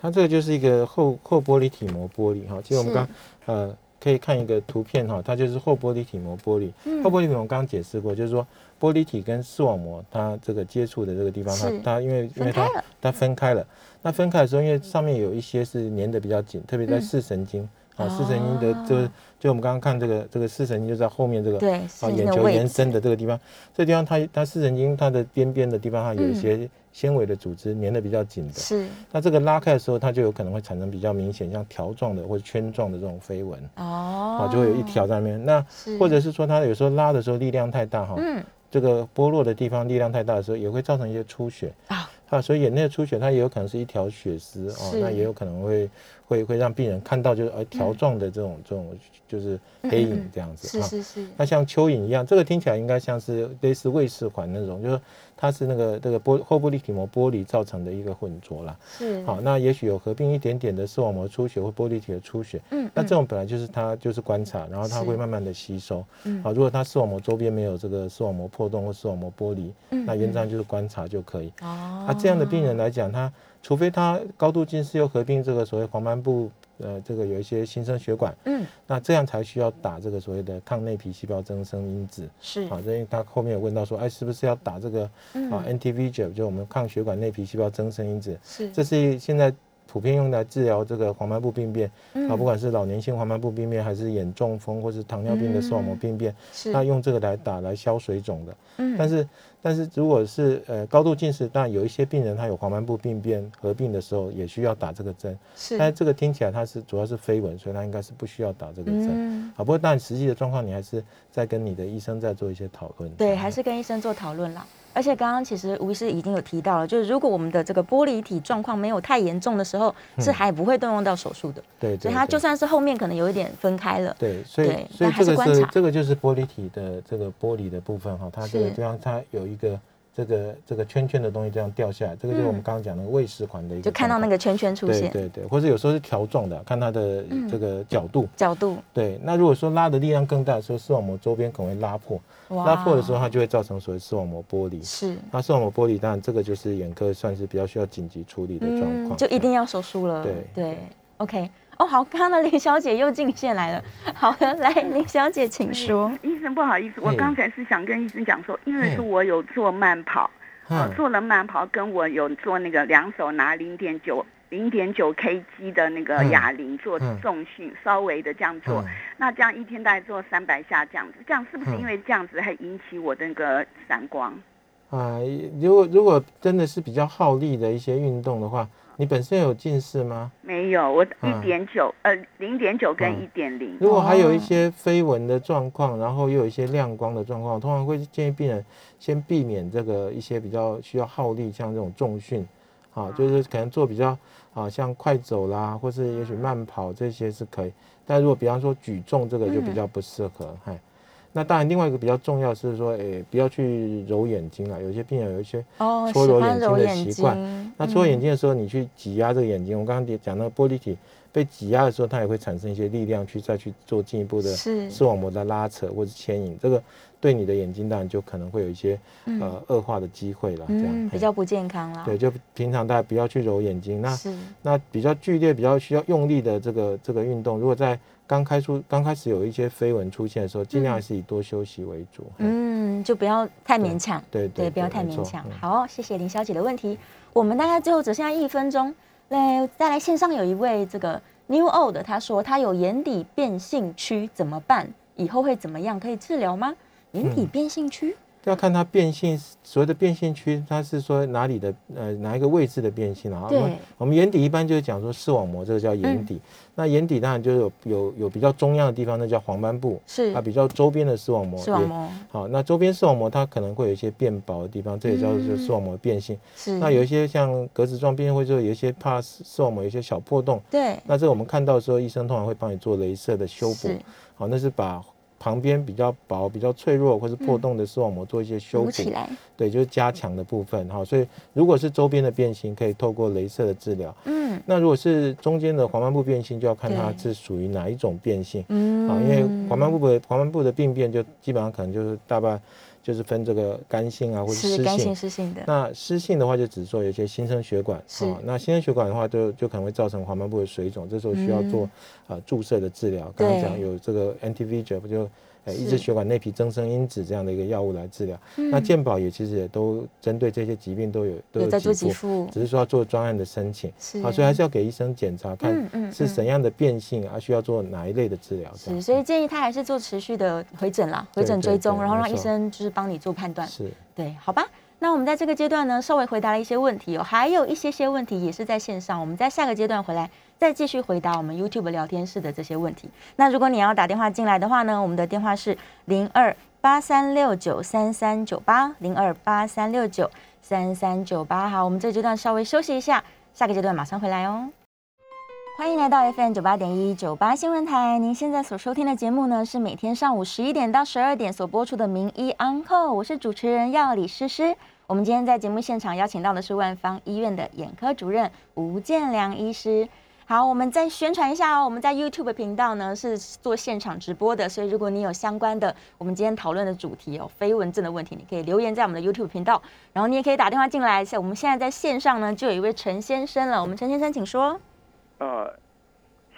C: 它这个就是一个后后玻璃体膜玻璃哈，其实我们
B: 是
C: 刚呃可以看一个图片哈，它就是后玻璃体膜玻璃。后
B: 嗯
C: 玻璃体膜我刚刚解释过，就是说玻璃体跟视网膜它这个接触的这个地方，它
B: 是
C: 它因为因
B: 分
C: 为
B: 开
C: 它
B: 了
C: 它分开了，那分开的时候，因为上面有一些是粘的比较紧，特别
B: 嗯
C: 在视神经啊，视神经的就就我们刚刚看这个这个视神经就在后面这个
B: 哦对视
C: 啊
B: 神经
C: 眼
B: 的
C: 球
B: 位
C: 延
B: 置
C: 伸的这个地方，这地方它它视神经它的边边的地方
B: 嗯
C: 它有一些纤维的组织粘的比较紧的，
B: 是
C: 那这个拉开的时候，它就有可能会产生比较明显像条状的或者圈状的这种飞蚊，
B: 哦
C: 啊，就会有一条在那边。那
B: 是
C: 或者是说它有时候拉的时候力量太大哈，
B: 嗯
C: 这个剥落的地方力量太大的时候，也会造成一些出血
B: 啊。
C: 啊，所以眼内的出血，它也有可能是一条血丝哦，
B: 是
C: 那也有可能会会会让病人看到就是呃条状的这种、这种就是
B: 嗯
C: 黑
B: 嗯嗯
C: 影
B: 嗯
C: 这样子
B: 是
C: 啊
B: 是是
C: 那像蚯蚓一样，这个听起来应该像是类似卫士环那种，就是它是那个这个玻后玻璃体膜玻璃造成的一个混浊啦。
B: 是
C: 好，那也许有合并一点点的视网膜出血或玻璃体的出血，
B: 嗯
C: 那
B: 嗯
C: 这种本来就是它就是观察，然后它
B: 是
C: 会慢慢的吸收。
B: 嗯
C: 好，如果它视网膜周边没有这个视网膜破洞或视网膜剥离，
B: 嗯
C: 那原则上就是观察就可以。
B: 哦
C: 啊，这样的病人来讲，他除非他高度近视又合并这个所谓黄斑部呃这个有一些新生血管，
B: 嗯
C: 那这样才需要打这个所谓的抗内皮细胞增生因子。
B: 是嗯
C: 啊，因为他后面有问到说，哎，是不是要打这个啊 NTVEGF，就我们抗血管内皮细胞增生因子？
B: 是
C: 这是现在普遍用来治疗这个黄斑部病变、
B: 嗯
C: 啊，不管是老年性黄斑部病变，还是眼中风或是糖尿病的视网
B: 嗯
C: 膜病变，
B: 是
C: 那用这个来打来消水肿的。
B: 嗯
C: 但是但是如果是呃高度近视，当然有一些病人他有黄斑部病变合并的时候，也需要打这个针。
B: 是
C: 但是这个听起来它是主要是飞蚊，所以它应该是不需要打这个针。
B: 嗯
C: 啊，不过但实际的状况你还是在跟你的医生在做一些讨论。
B: 对，还是跟医生做讨论啦。而且刚刚其实吴医师已经有提到了，就是如果我们的这个玻璃体状况没有太严重的时候，是还不会动用到手术的。
C: 嗯对，对
B: 所以它
C: 对
B: 就算是后面可能有一点分开了，
C: 对，所
B: 对
C: 以所
B: 那
C: 以
B: 还
C: 这
B: 是
C: 个
B: 观
C: 是
B: 察
C: 这个就是玻璃体的这个玻璃的部分哈，它这个
B: 是
C: 地方它有一个这个这个圈圈的东西这样掉下来，这个就是我们刚刚讲的胃食管的一
B: 嗯
C: 个
B: 就
C: 状况，
B: 看到那个圈圈出
C: 对
B: 现
C: 对对，或者有时候是条状的，看它的
B: 嗯
C: 这个角度。
B: 角度。
C: 对，那如果说拉的力量更大的时候，视网膜周边可能会拉破，
B: 哇
C: 拉破的时候它就会造成所谓视网膜剥离。
B: 是，
C: 那视网膜剥离，当然这个就是眼科算是比较需要紧急处理的状况，
B: 嗯就一定要手术了。
C: 对
B: 对，OK。哦，好，刚刚的林小姐又进线 来了。好的，来，林小姐，请说。
D: 医生不好意思，我
C: 嗯
D: 刚才是想跟医生讲说，因为
C: 嗯
D: 是我有做慢跑，
C: 嗯
D: 做了慢跑，跟我有做那个两手拿零点九零点九 kg 的那个
C: 嗯
D: 哑铃做
C: 嗯
D: 重训，稍微的这样做，
C: 嗯
D: 那这样一天大概做三百下这样子，这样是不是
C: 嗯
D: 因为这样子还引起我的那个散光？
C: 啊、如果如果真的是比较耗力的一些运动的话，你本身有近视吗？
D: 没有，我一
C: 嗯
D: 点九呃零点九跟一
C: 嗯
D: 点零，
C: 如果还有一些飞蚊的状况，然后又有一些亮光的状况，通常会建议病人先避免这个一些比较需要耗力，像这种重训，啊，就是可能做比较啊，像快走啦，或是也许慢跑这些是可以。但如果比方说举重这个就比较不适合，嗨、那当然，另外一个比较重要是说，诶、不要去揉眼睛啊。有些病人有一些
B: 哦，
C: 搓
B: 喜
C: 揉
B: 欢
C: 眼睛
B: 揉
C: 的
B: 眼
C: 习惯
B: 睛。
C: 那搓眼睛的时候，你去挤压这个眼睛，我刚刚讲到玻璃体被挤压的时候，它也会产生一些力量去再去做进一步的
B: 是
C: 视网膜的拉扯或者牵引，这个对你的眼睛当然就可能会有一些呃恶化的机会了。这样
B: 嗯，比较不健康啦。
C: 对，就平常大家不要去揉眼睛。那嗯
B: 是
C: 那比较剧烈、比较需要用力的这个这个运动，如果在刚开出刚开始有一些飞蚊出现的时候，尽量还是以多休息为主。嗯，
B: 嗯，就不要太勉强，
C: 对对对
B: 不要太
C: 没
B: 勉
C: 错
B: 强
C: 嗯。
B: 好，谢谢林小姐的问题。我们大概最后只剩下一分钟，来再来线上有一位这个 New Old，他说他有眼底变性区怎么办？以后会怎么样？可以治疗吗？眼
C: 嗯
B: 底变性区？
C: 要看它变性，所谓的变性区，它是说哪里的呃哪一个位置的变性啊？
B: 对
C: 我们我们眼底一般就是讲说视网膜，这个叫眼底。
B: 嗯
C: 那眼底当然就有有有比较中央的地方，那叫黄斑部，
B: 是
C: 啊，比较周边的视网膜。
B: 视网
C: 也
B: 膜
C: 好，那周边视网膜它可能会有一些变薄的地方，这也叫做视网膜变性。
B: 是
C: 那有一些像格子状变性，或者说有一些怕视视网膜有一些小破洞，
B: 对
C: 那这个我们看到的时候，医生通常会帮你做镭射的修补
B: 是。
C: 好，那是把旁边比较薄、比较脆弱或是破洞的视网膜做一些修
B: 鼓
C: 补，
B: 嗯起来，
C: 对，就是加强的部分哈。所以如果是周边的变形，可以透过镭射的治疗。
B: 嗯
C: 那如果是中间的黄斑部变性，就要看它
B: 对
C: 是属于哪一种变性。
B: 嗯
C: 啊，因为黄斑部的黄斑部的病变就基本上可能就是大半就是分这个干性啊或者
B: 是
C: 湿
B: 干性
C: 性。
B: 湿性的，
C: 那湿性的话，就只是说有一些新生血管啊
B: 是
C: 那新生血管的话就，就可能会造成黄斑部的水肿，这时候需要做、呃注射的治疗。刚刚
B: 嗯对
C: 讲有这个 anti-VEGF 就呃
B: 是
C: 抑
B: 嗯
C: 制血管内皮增生因子这样的一个药物来治疗。那健保也其实也都针对这些疾病都有都
B: 有在做
C: 给
B: 给
C: 付，
B: 付，
C: 只是说要做专案的申请。
B: 是
C: 啊，所以还是要给医生检查，
B: 嗯嗯
C: 看是怎样的变性啊，需要做哪一类的治疗。这
B: 是，
C: 样
B: 所以建议他还是做持续的回诊啦，回
C: 嗯对
B: 诊
C: 对
B: 追
C: 对
B: 踪，然后
C: 没
B: 让医
C: 错
B: 生就是帮你做判断。
C: 是
B: 对，好吧。那我们在这个阶段呢，稍微回答了一些问题哦，还有一些些问题也是在线上，我们在下个阶段回来再继续回答我们 YouTube 聊天室的这些问题。那如果你要打电话进来的话呢，我们的电话是零二八三六九三三九八零二八三六九三三九八。好，我们这个阶段稍微休息一下，下个阶段马上回来哦。欢迎来到 FM 九八点一九八新闻台。您现在所收听的节目呢，是每天上午十一点到十二点所播出的《名医 Uncle》，我是主持人药理诗诗。我们今天在节目现场邀请到的是万方医院的眼科主任吴建良医师。好，我们再宣传一下哦，我们在 YouTube 频道呢是做现场直播的，所以如果你有相关的我们今天讨论的主题哦，飞蚊症的问题，你可以留言在我们的 YouTube 频道，然后你也可以打电话进来。像我们现在在线上呢，就有一位陈先生了，我们陈先生请说。
F: 呃，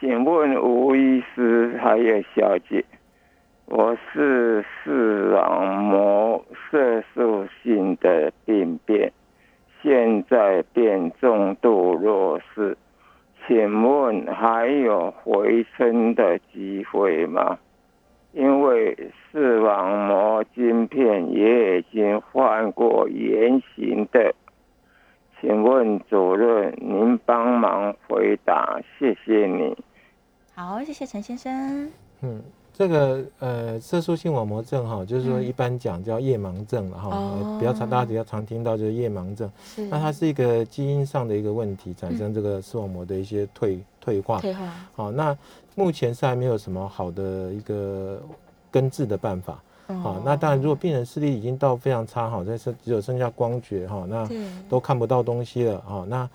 F: 请问吴医师还有小姐，我是视网膜色素性的病变，现在变重度弱视，请问还有回春的机会吗？因为视网膜晶片也已经换过圆形的请问主任，您帮忙回答，谢谢你。
B: 好，谢谢陈先生。
C: 嗯，这个呃色素性网膜症哈，就是说
B: 嗯
C: 一般讲叫夜盲症了哈，
B: 哦
C: 呃比较常大家比较常听到就是夜盲症，
B: 是
C: 那它是一个基因上的一个问题，产生这个视网膜的一些退退化。
B: 嗯退化，
C: 好，那目前是还没有什么好的一个根治的办法。
B: 哦
C: 好，那当然，如果病人视力已经到非常差，哈，但是只有剩下光觉，哈，那
B: 对
C: 都看不到东西了，哈，那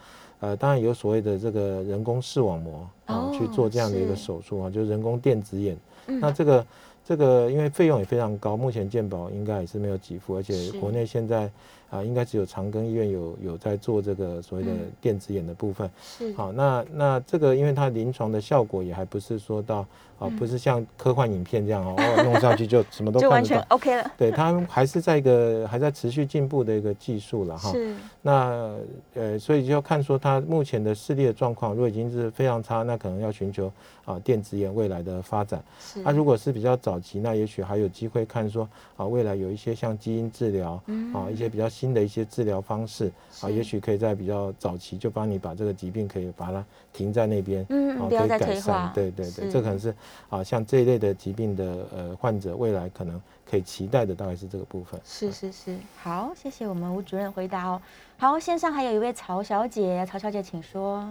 C: 呃，当然有所谓的这个人工视网膜啊
B: 哦，
C: 去做这样的一个
B: 是
C: 手术啊，就是人工电子眼。
B: 嗯
C: 那这个这个因为费用也非常高，目前健保应该也是没有给付，而且
B: 是
C: 国内现在啊、应该只有长庚医院有有在做这个所谓的
B: 嗯
C: 电子眼的部分。
B: 是
C: 好，那那这个因为它临床的效果也还不是说到啊，不是像科幻影片这样哦，哦弄上去就什么
B: 嗯
C: 都
B: 就
C: 看
B: 完
C: 不
B: 全
C: 到。
B: OK 了，
C: 对，它还是在一个还在持续进步的一个技术了哈。
B: 是
C: 那呃，所以就要看说他目前的视力的状况，如果已经是非常差，那可能要寻求啊、电子眼未来的发展。啊
B: 是
C: 那、如果是比较早期，那也许还有机会看说啊，未来有一些像基因治疗
B: 嗯
C: 啊，一些比较新的一些治疗方式啊，
B: 是
C: 也许可以在比较早期就帮你把这个疾病可以把它停在那边，
B: 嗯嗯
C: 啊，
B: 不要
C: 可以
B: 再退
C: 改善
B: 化。
C: 对对对，
B: 是
C: 这可能是啊，像这一类的疾病的呃患者，未来可能可以期待的大概是这个部分。
B: 是是是，好，谢谢我们吴主任回答哦。好，线上还有一位曹小姐，曹小姐请说。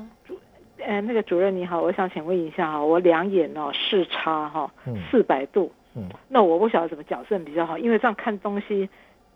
G: 呃，那个主任你好，我想请问一下哈，我两眼哦视差哈
C: 嗯
G: 四百度，
C: 嗯
G: 那我不晓得怎么矫正比较好，因为这样看东西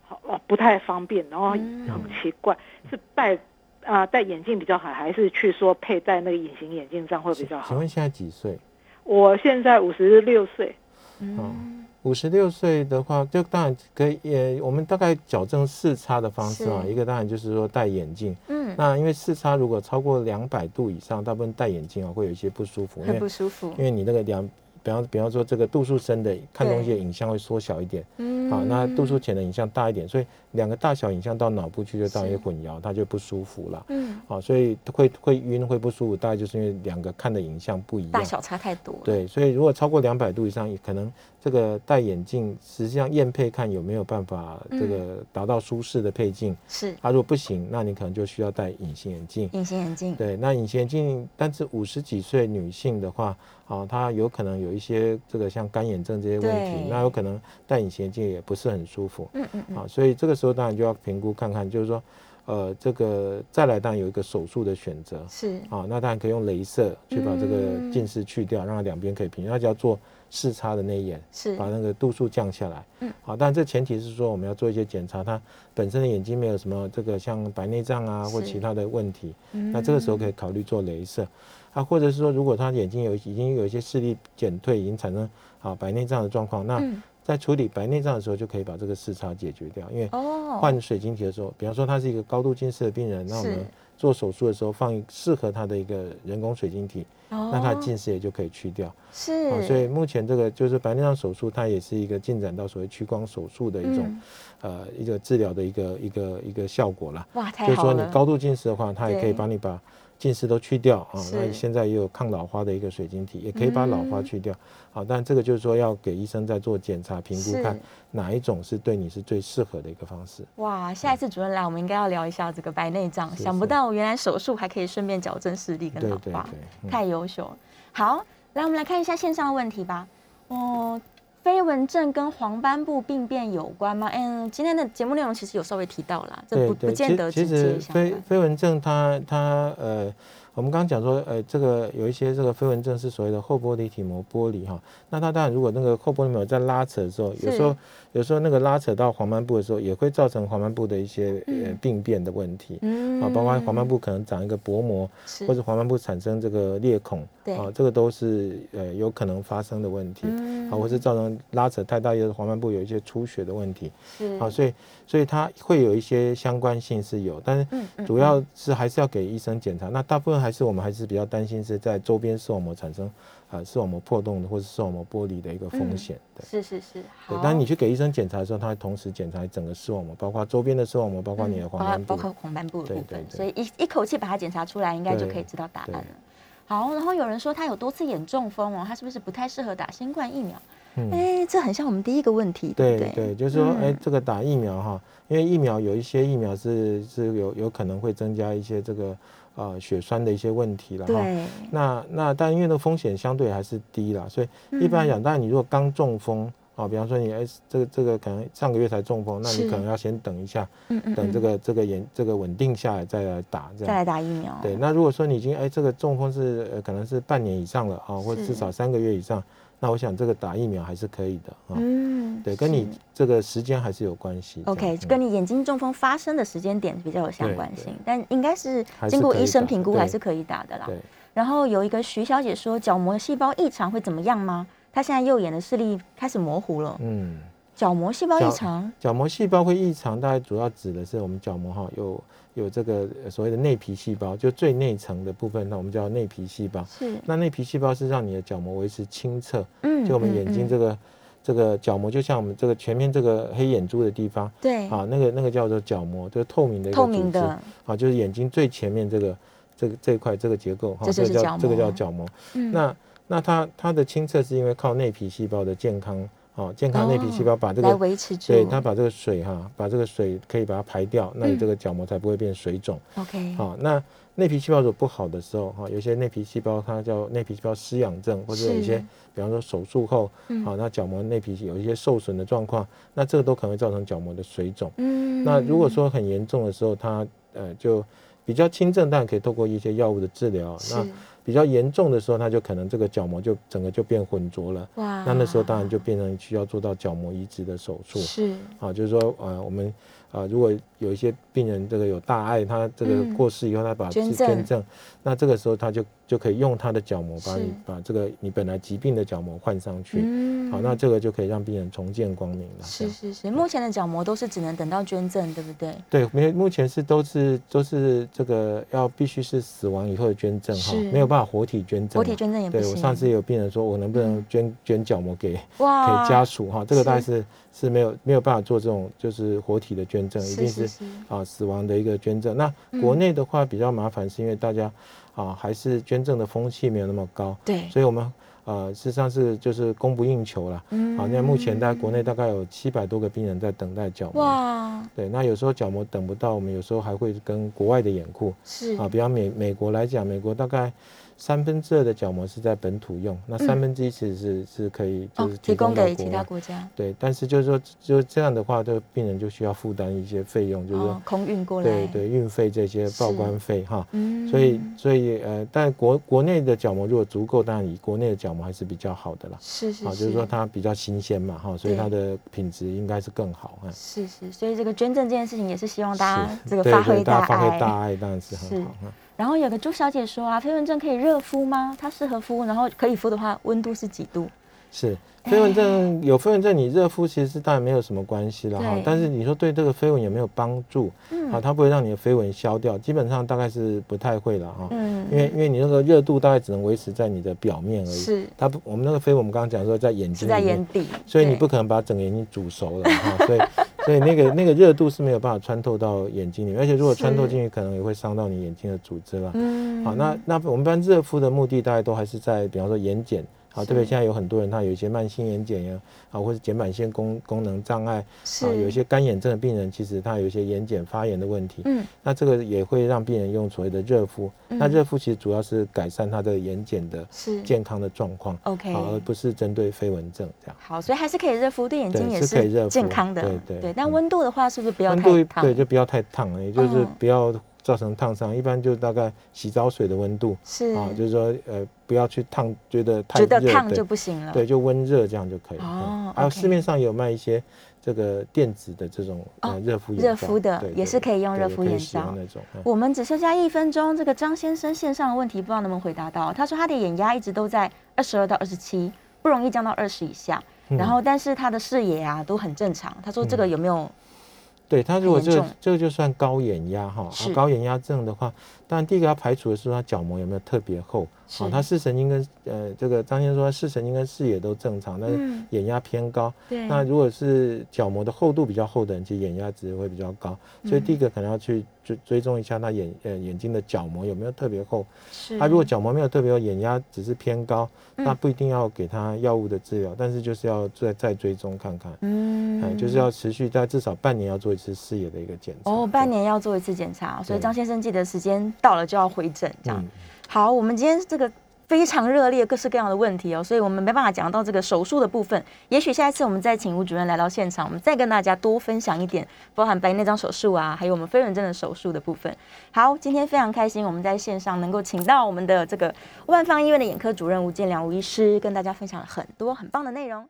G: 好哦不太方便，然
C: 哎
G: 后
B: 嗯
G: 很奇怪，是戴啊、戴眼镜比较好，还是去说佩戴那个隐形眼镜这样会比较
C: 请
G: 好？
C: 问现在几岁？
G: 我现在五十六岁，
B: 嗯，
C: 五十六岁的话，就当然可以，也我们大概矫正视差的方式啊，
B: 是
C: 一个当然就是说戴眼镜。
B: 嗯，
C: 那因为视差如果超过两百度以上，大部分戴眼镜啊会有一些不舒服，因
B: 很不
C: 为
B: 舒服
C: 因。为你那个两，比方比方说这个度数深的看东西的影像会缩小一点，
B: 嗯
C: 好，那度数浅的影像大一点，所以两个大小影像到脑部去就造成一些混淆，它就不舒服了。
B: 嗯，
C: 好，所以会会晕会不舒服，大概就是因为两个看的影像不一样。
B: 大小差太多了。
C: 对，所以如果超过两百度以上，也可能这个戴眼镜，实际上验配看有没有办法
B: 嗯
C: 这个达到舒适的配镜。
B: 是
C: 啊，如果不行，那你可能就需要戴隐形眼镜。
B: 隐形眼镜。
C: 对，那隐形眼镜，但是五十几岁女性的话，啊，她有可能有一些这个像干眼症这些问题
B: 对，
C: 那有可能戴隐形眼镜也不是很舒服。
B: 嗯嗯嗯，
C: 啊，所以这个时候当然就要评估看看，就是说，呃，这个再来当然有一个手术的选择。
B: 是嗯
C: 啊，那当然可以用镭射去把这个近视去掉，让它两边可以平。它只要做视差的那一眼，
B: 是
C: 把那个度数降下来。
B: 嗯，
C: 好，但这前提是说我们要做一些检查，他本身的眼睛没有什么这个像白内障啊或
B: 是嗯
C: 其他的问题，那这个时候可以考虑做镭射。啊，或者是说，如果他眼睛有已经有一些视力减退，已经产生啊白内障的状况，那
B: 嗯
C: 在处理白内障的时候，就可以把这个视差解决掉。因为
B: 哦，
C: 换水晶体的时候，比方说他是一个高度近视的病人，那我
B: 是
C: 们做手术的时候放适合他的一个人工水晶体，
B: 哦
C: 那他的近视也就可以去掉。
B: 是、
C: 啊，所以目前这个就是白内障手术，它也是一个进展到所谓屈光手术的一种、
B: 嗯
C: 呃一个治疗的一个一个一个效果啦。
B: 哇太
C: 就是
B: 好
C: 说你
B: 了，
C: 高度近视的话，它也可以
B: 对
C: 帮你把近视都去掉啊。那
B: 是嗯
C: 现在也有抗老花的一个水晶体，也可以把老花去掉。好、但这个就是说要给医生再做检查评估，
B: 是
C: 看哪一种是对你是最适合的一个方式。
B: 哇，下一次主任来，我们应该要聊一下这个白内障。
C: 是
B: 想不
C: 是
B: 到原来手术还可以顺便矫正视力跟
C: 对
B: 老
C: 对嗯
B: 化，
C: 对，
B: 太优秀了。好，来我们来看一下线上的问题吧。哦，飞蚊症跟黄斑部病变有关吗？嗯，今天的节目内容其实有稍微提到啦，这
C: 对
B: 不不
C: 对，
B: 见得
C: 其
B: 直
C: 其实
B: 接相
C: 飞
B: 关。
C: 飞蚊症它它呃，我们刚刚讲说呃，这个有一些这个飞蚊症是所谓的后玻璃体膜剥离哈。那它当然如果那个后玻璃膜在拉扯的时候，有时候
B: 是
C: 有时候那个拉扯到黄斑部的时候，也会造成黄斑部的一些呃
B: 嗯
C: 病变的问题。
B: 嗯
C: 啊，包括黄斑部可能长一个薄膜，
B: 是
C: 或者黄斑部产生这个裂孔，
B: 对
C: 啊，这个都是呃有可能发生的问题，
B: 嗯
C: 啊，或是造成拉扯太大，也是黄斑部有一些出血的问题，
B: 是
C: 啊，所以所以它会有一些相关性是有，但
B: 嗯嗯
C: 是主要是还是要给医生检查。那大部分还是我们还是比较担心是在周边视网膜产生啊视网膜破洞的或是视网膜剥离的一个风
B: 嗯
C: 险。对。
B: 是是是，好，，
C: 对当你去给医生检查的时候，他会同时检查整个视网膜，包括周边的视网膜，包括你的
B: 嗯
C: 黄斑部，
B: 包括黄斑部的
C: 对
B: 部
C: 对
B: 分，
C: 对
B: 所以一一口气把它检查出来，应该就可以知道答案
C: 对
B: 了。好，然后有人说他有多次眼中风哦，他是不是不太适合打新冠疫苗？
C: 嗯
B: 哎、这很像我们第一个问题，
C: 对
B: 不对？
C: 对，就是说，哎、
B: 嗯
C: 这个打疫苗哈，因为疫苗有一些疫苗是是有有可能会增加一些这个呃血栓的一些问题了哈。
B: 对，嗯
C: 那那但因为那风险相对还是低啦，所以
B: 嗯
C: 一般来讲，当然你如果刚中风啊，比方说你哎这个这个可能上个月才中风，那
B: 是
C: 你可能要先等一下，
B: 嗯嗯
C: 等这
B: 嗯
C: 个这个严这个稳定下来再来打这
B: 再
C: 样。
B: 来打疫苗，
C: 对，那如果说你已经哎这个中风是呃可能是半年以上了啊，或者
B: 是
C: 至少三个月以上，那我想这个打疫苗还是可以的啊。
B: 嗯，
C: 对，跟
B: 是
C: 你这个时间还是有关系。这样
B: OK，
C: 嗯
B: 跟你眼睛中风发生的时间点比较有相
C: 对
B: 关
C: 对
B: 性，但应该是
C: 还
B: 经
C: 是
B: 过
C: 可
B: 医
C: 以
B: 生
C: 打
B: 评估
C: 对
B: 还是可以打的啦。
C: 对，
B: 然后有一个徐小姐说，角膜细胞异常会怎么样吗？她现在右眼的视力开始模糊了。
C: 嗯，
B: 角膜细胞
C: 角
B: 异常，
C: 角膜细胞会异常，大概主要指的是我们角膜哈有有这个呃所谓的内皮细胞，就最内层的部分，那我们叫内皮细胞。
B: 是，
C: 那内皮细胞是让你的角膜维持清澈，
B: 嗯
C: 就我们眼睛这
B: 个，
C: 个、这个角膜，就像我们这个前面这个黑眼珠的地方。
B: 对，
C: 啊，那个那个叫做角膜，就是透明的一个
B: 透
C: 组
B: 明
C: 织
B: 的，
C: 啊，就是眼睛最前面这个这个这一块这个结构哈，
B: 这就是
C: 个
B: 角
C: 叫这个叫
B: 膜
C: 角膜。
B: 嗯
C: 那那它它的清澈是因为靠内皮细胞的健康啊，健康内皮细胞把这
B: 来
C: 个、
B: 维持住，
C: 对它把这个水哈、把这个水可以把它排掉，
B: 嗯
C: 那你这个角膜才不会变水肿。
B: OK，
C: 好、那内皮细胞如果不好的时候，哈、有些内皮细胞它叫内皮细胞失养症，或者有一些
B: 是
C: 比方说手术后，好、
B: 嗯
C: 那角膜内皮有一些受损的状况，那这个都可能会造成角膜的水肿。
B: 嗯
C: 那如果说很严重的时候，它呃就比较轻症，但可以透过一些药物的治疗。那
B: 是
C: 比较严重的时候，它就可能这个角膜就整个就变浑浊了。
B: 哇，
C: 那那时候当然就变成需要做到角膜移植的手术。
B: 是
C: 啊，就是说呃，我们啊、呃如果有一些病人这个有大碍，他这个
B: 嗯
C: 过世以后，他把它
B: 捐
C: 是
B: 赠
C: 捐赠，那这个时候他就就可以用他的角膜把
B: 是
C: 你把这个你本来疾病的角膜换上去。
B: 嗯
C: 好，那这个就可以让病人重见光明了。这
B: 是
C: 样
B: 是是，目前的角膜都是只能等到捐赠，对不对？
C: 对，没有，目前是都是都是这个要必须是死亡以后的捐赠哈
B: 是，
C: 没有办法活体捐赠嘛。啊
B: 活体捐赠也不
C: 对
B: 行。嗯
C: 我上次也有病人说，我能不能捐、捐角膜给
B: 哇
C: 给家属哈？这个大概
B: 是
C: 是是没有没有办法做这种就是活体的捐赠，一定
B: 是嗯
C: 是
B: 是
C: 啊死亡的一个捐赠。那国内的话比较麻烦，是因为大家啊还是捐赠的风气没有那么高，
B: 对，
C: 所以我们呃事实上是就是供不应求啦。
B: 嗯
C: 好，那目前大概国内大概有七百多个病人在等待角膜。
B: 哇
C: 对，那有时候角膜等不到，我们有时候还会跟国外的眼库啊
B: 是
C: 啊，比方美美国来讲，美国大概三分之二的角膜是在本土用，那三分之一其实是、是可以就
B: 嗯哦
C: 是，提
B: 提供
C: 供到
B: 给
C: 国
B: 其
C: 外
B: 他国家，
C: 对，但是就是说，就这样的话，就病人就需要负担一些费用，就是说，
B: 哦，空运过来，
C: 对对，运费这些
B: 是
C: 报关费哈。
B: 嗯，
C: 所以所以呃，但国国内的角膜如果足够，当然以国内的角膜还是比较好的啦。
B: 是是
C: 好，
B: 是，
C: 啊就是说它比较新鲜嘛哈，所以
B: 对
C: 它的品质应该是更好啊。
B: 是是，所以这个捐赠这件事情也是希望大家
C: 是
B: 这个
C: 对
B: 发
C: 对
B: 挥大
C: 大家发
B: 爱。
C: 挥大爱，当然是很
B: 是
C: 好哈。
B: 然后有个朱小姐说啊，飞蚊症可以热敷吗？它适合敷，然后可以敷的话，温度是几度？
C: 是飞蚊症有飞蚊症，你热敷其实当然没有什么关系了哈
B: 对。嗯
C: 但是你说对这个飞蚊有没有帮助？啊，它不会让你的飞蚊消掉，基本上大概是不太会了哈。因
B: 嗯，
C: 为因为你那个热度大概只能维持在你的表面而已。
B: 是
C: 它不，我们那个飞蚊，我们刚刚讲说在眼
B: 是
C: 睛
B: 在
C: 里面
B: 眼底，
C: 所以你
B: 对
C: 不可能把整个眼睛煮熟了哈，所以所以那个那个热度是没有办法穿透到眼睛里，而且如果穿透
B: 是
C: 进去，可能也会伤到你眼睛的组织了。
B: 嗯
C: 好，那那我们般热敷的目的大概都还是在，比方说眼睑，好，特别现在有很多人他有一些慢性眼睑呀，啊，或者睑板腺功功能障碍，
B: 是
C: 啊，有一些干眼症的病人，其实他有一些眼睑发炎的问题，
B: 嗯，
C: 那这个也会让病人用所谓的热敷，那热敷其实主要是改善他的眼睑的
B: 是
C: 健康的状况，
B: OK
C: 好，而不是针对飞蚊症这样。
B: 好，所以还是可以热敷，对眼睛
C: 对
B: 也
C: 是可以热敷
B: 健康的，
C: 对对
B: 但
C: 嗯
B: 温度的话，是不是不要
C: 温
B: 太
C: 度
B: 烫？
C: 对，就不要太烫了，也就是
B: 嗯
C: 不要造成烫伤。一般就大概洗澡水的温度
B: 是
C: 啊，就是说呃不要去烫，觉得太
B: 觉得
C: 热
B: 烫
C: 对
B: 就不行了。
C: 对，就温热这样就可以。
B: 哦
C: 嗯还有
B: OK
C: 市面上有卖一些这个电子的这种
B: 哦
C: 呃热敷眼
B: 热
C: 罩
B: 敷的
C: 对
B: 也
C: 对
B: 是可以用
C: 对
B: 热
C: 也
B: 敷
C: 可以
B: 眼
C: 使用
B: 罩
C: 那种。嗯
B: 我们只剩下一分钟，这个张先生线上的问题不知道能不能回答到。他说他的眼压一直都在二十二到二十七，不容易降到二十以下。
C: 嗯
B: 然后，但是他的视野啊都很正常。他说这个有没有？
C: 对它如果
B: 很
C: 这
B: 严
C: 个
B: 重
C: 这个就算高眼压哈，啊
B: 是
C: 高眼压症的话，当然第一个要排除的是它角膜有没有特别厚，
B: 是
C: 啊，它视神经跟呃这个张先生说视神经跟视野都正常，但是
B: 嗯
C: 眼压偏高。
B: 对
C: 那如果是角膜的厚度比较厚的人，其实眼压值会比较高，
B: 嗯
C: 所以第一个可能要去追追踪一下他眼呃眼睛的角膜有没有特别厚。啊
B: 是嗯
C: 他如果角膜没有特别厚，眼压只是偏高，那不一定要给他药物的治疗，但是就是要再再追踪看看，
B: 嗯
C: 哎，就是要持续在至少半年要做一次视野的一个检查。
B: 哦，
C: 对
B: 半。年要做一次检查，所以
C: 对
B: 张先生记得时间到了就要回诊，这样
C: 嗯。
B: 好，我们今天这个非常热烈，各式各样的问题哦，所以我们没办法讲到这个手术的部分。也许下一次我们再请吴主任来到现场，我们再跟大家多分享一点，包含白内障手术啊，还有我们飞蚊症的手术的部分。好，今天非常开心，我们在线上能够请到我们的这个万方医院的眼科主任吴建良吴医师，跟大家分享了很多很棒的内容。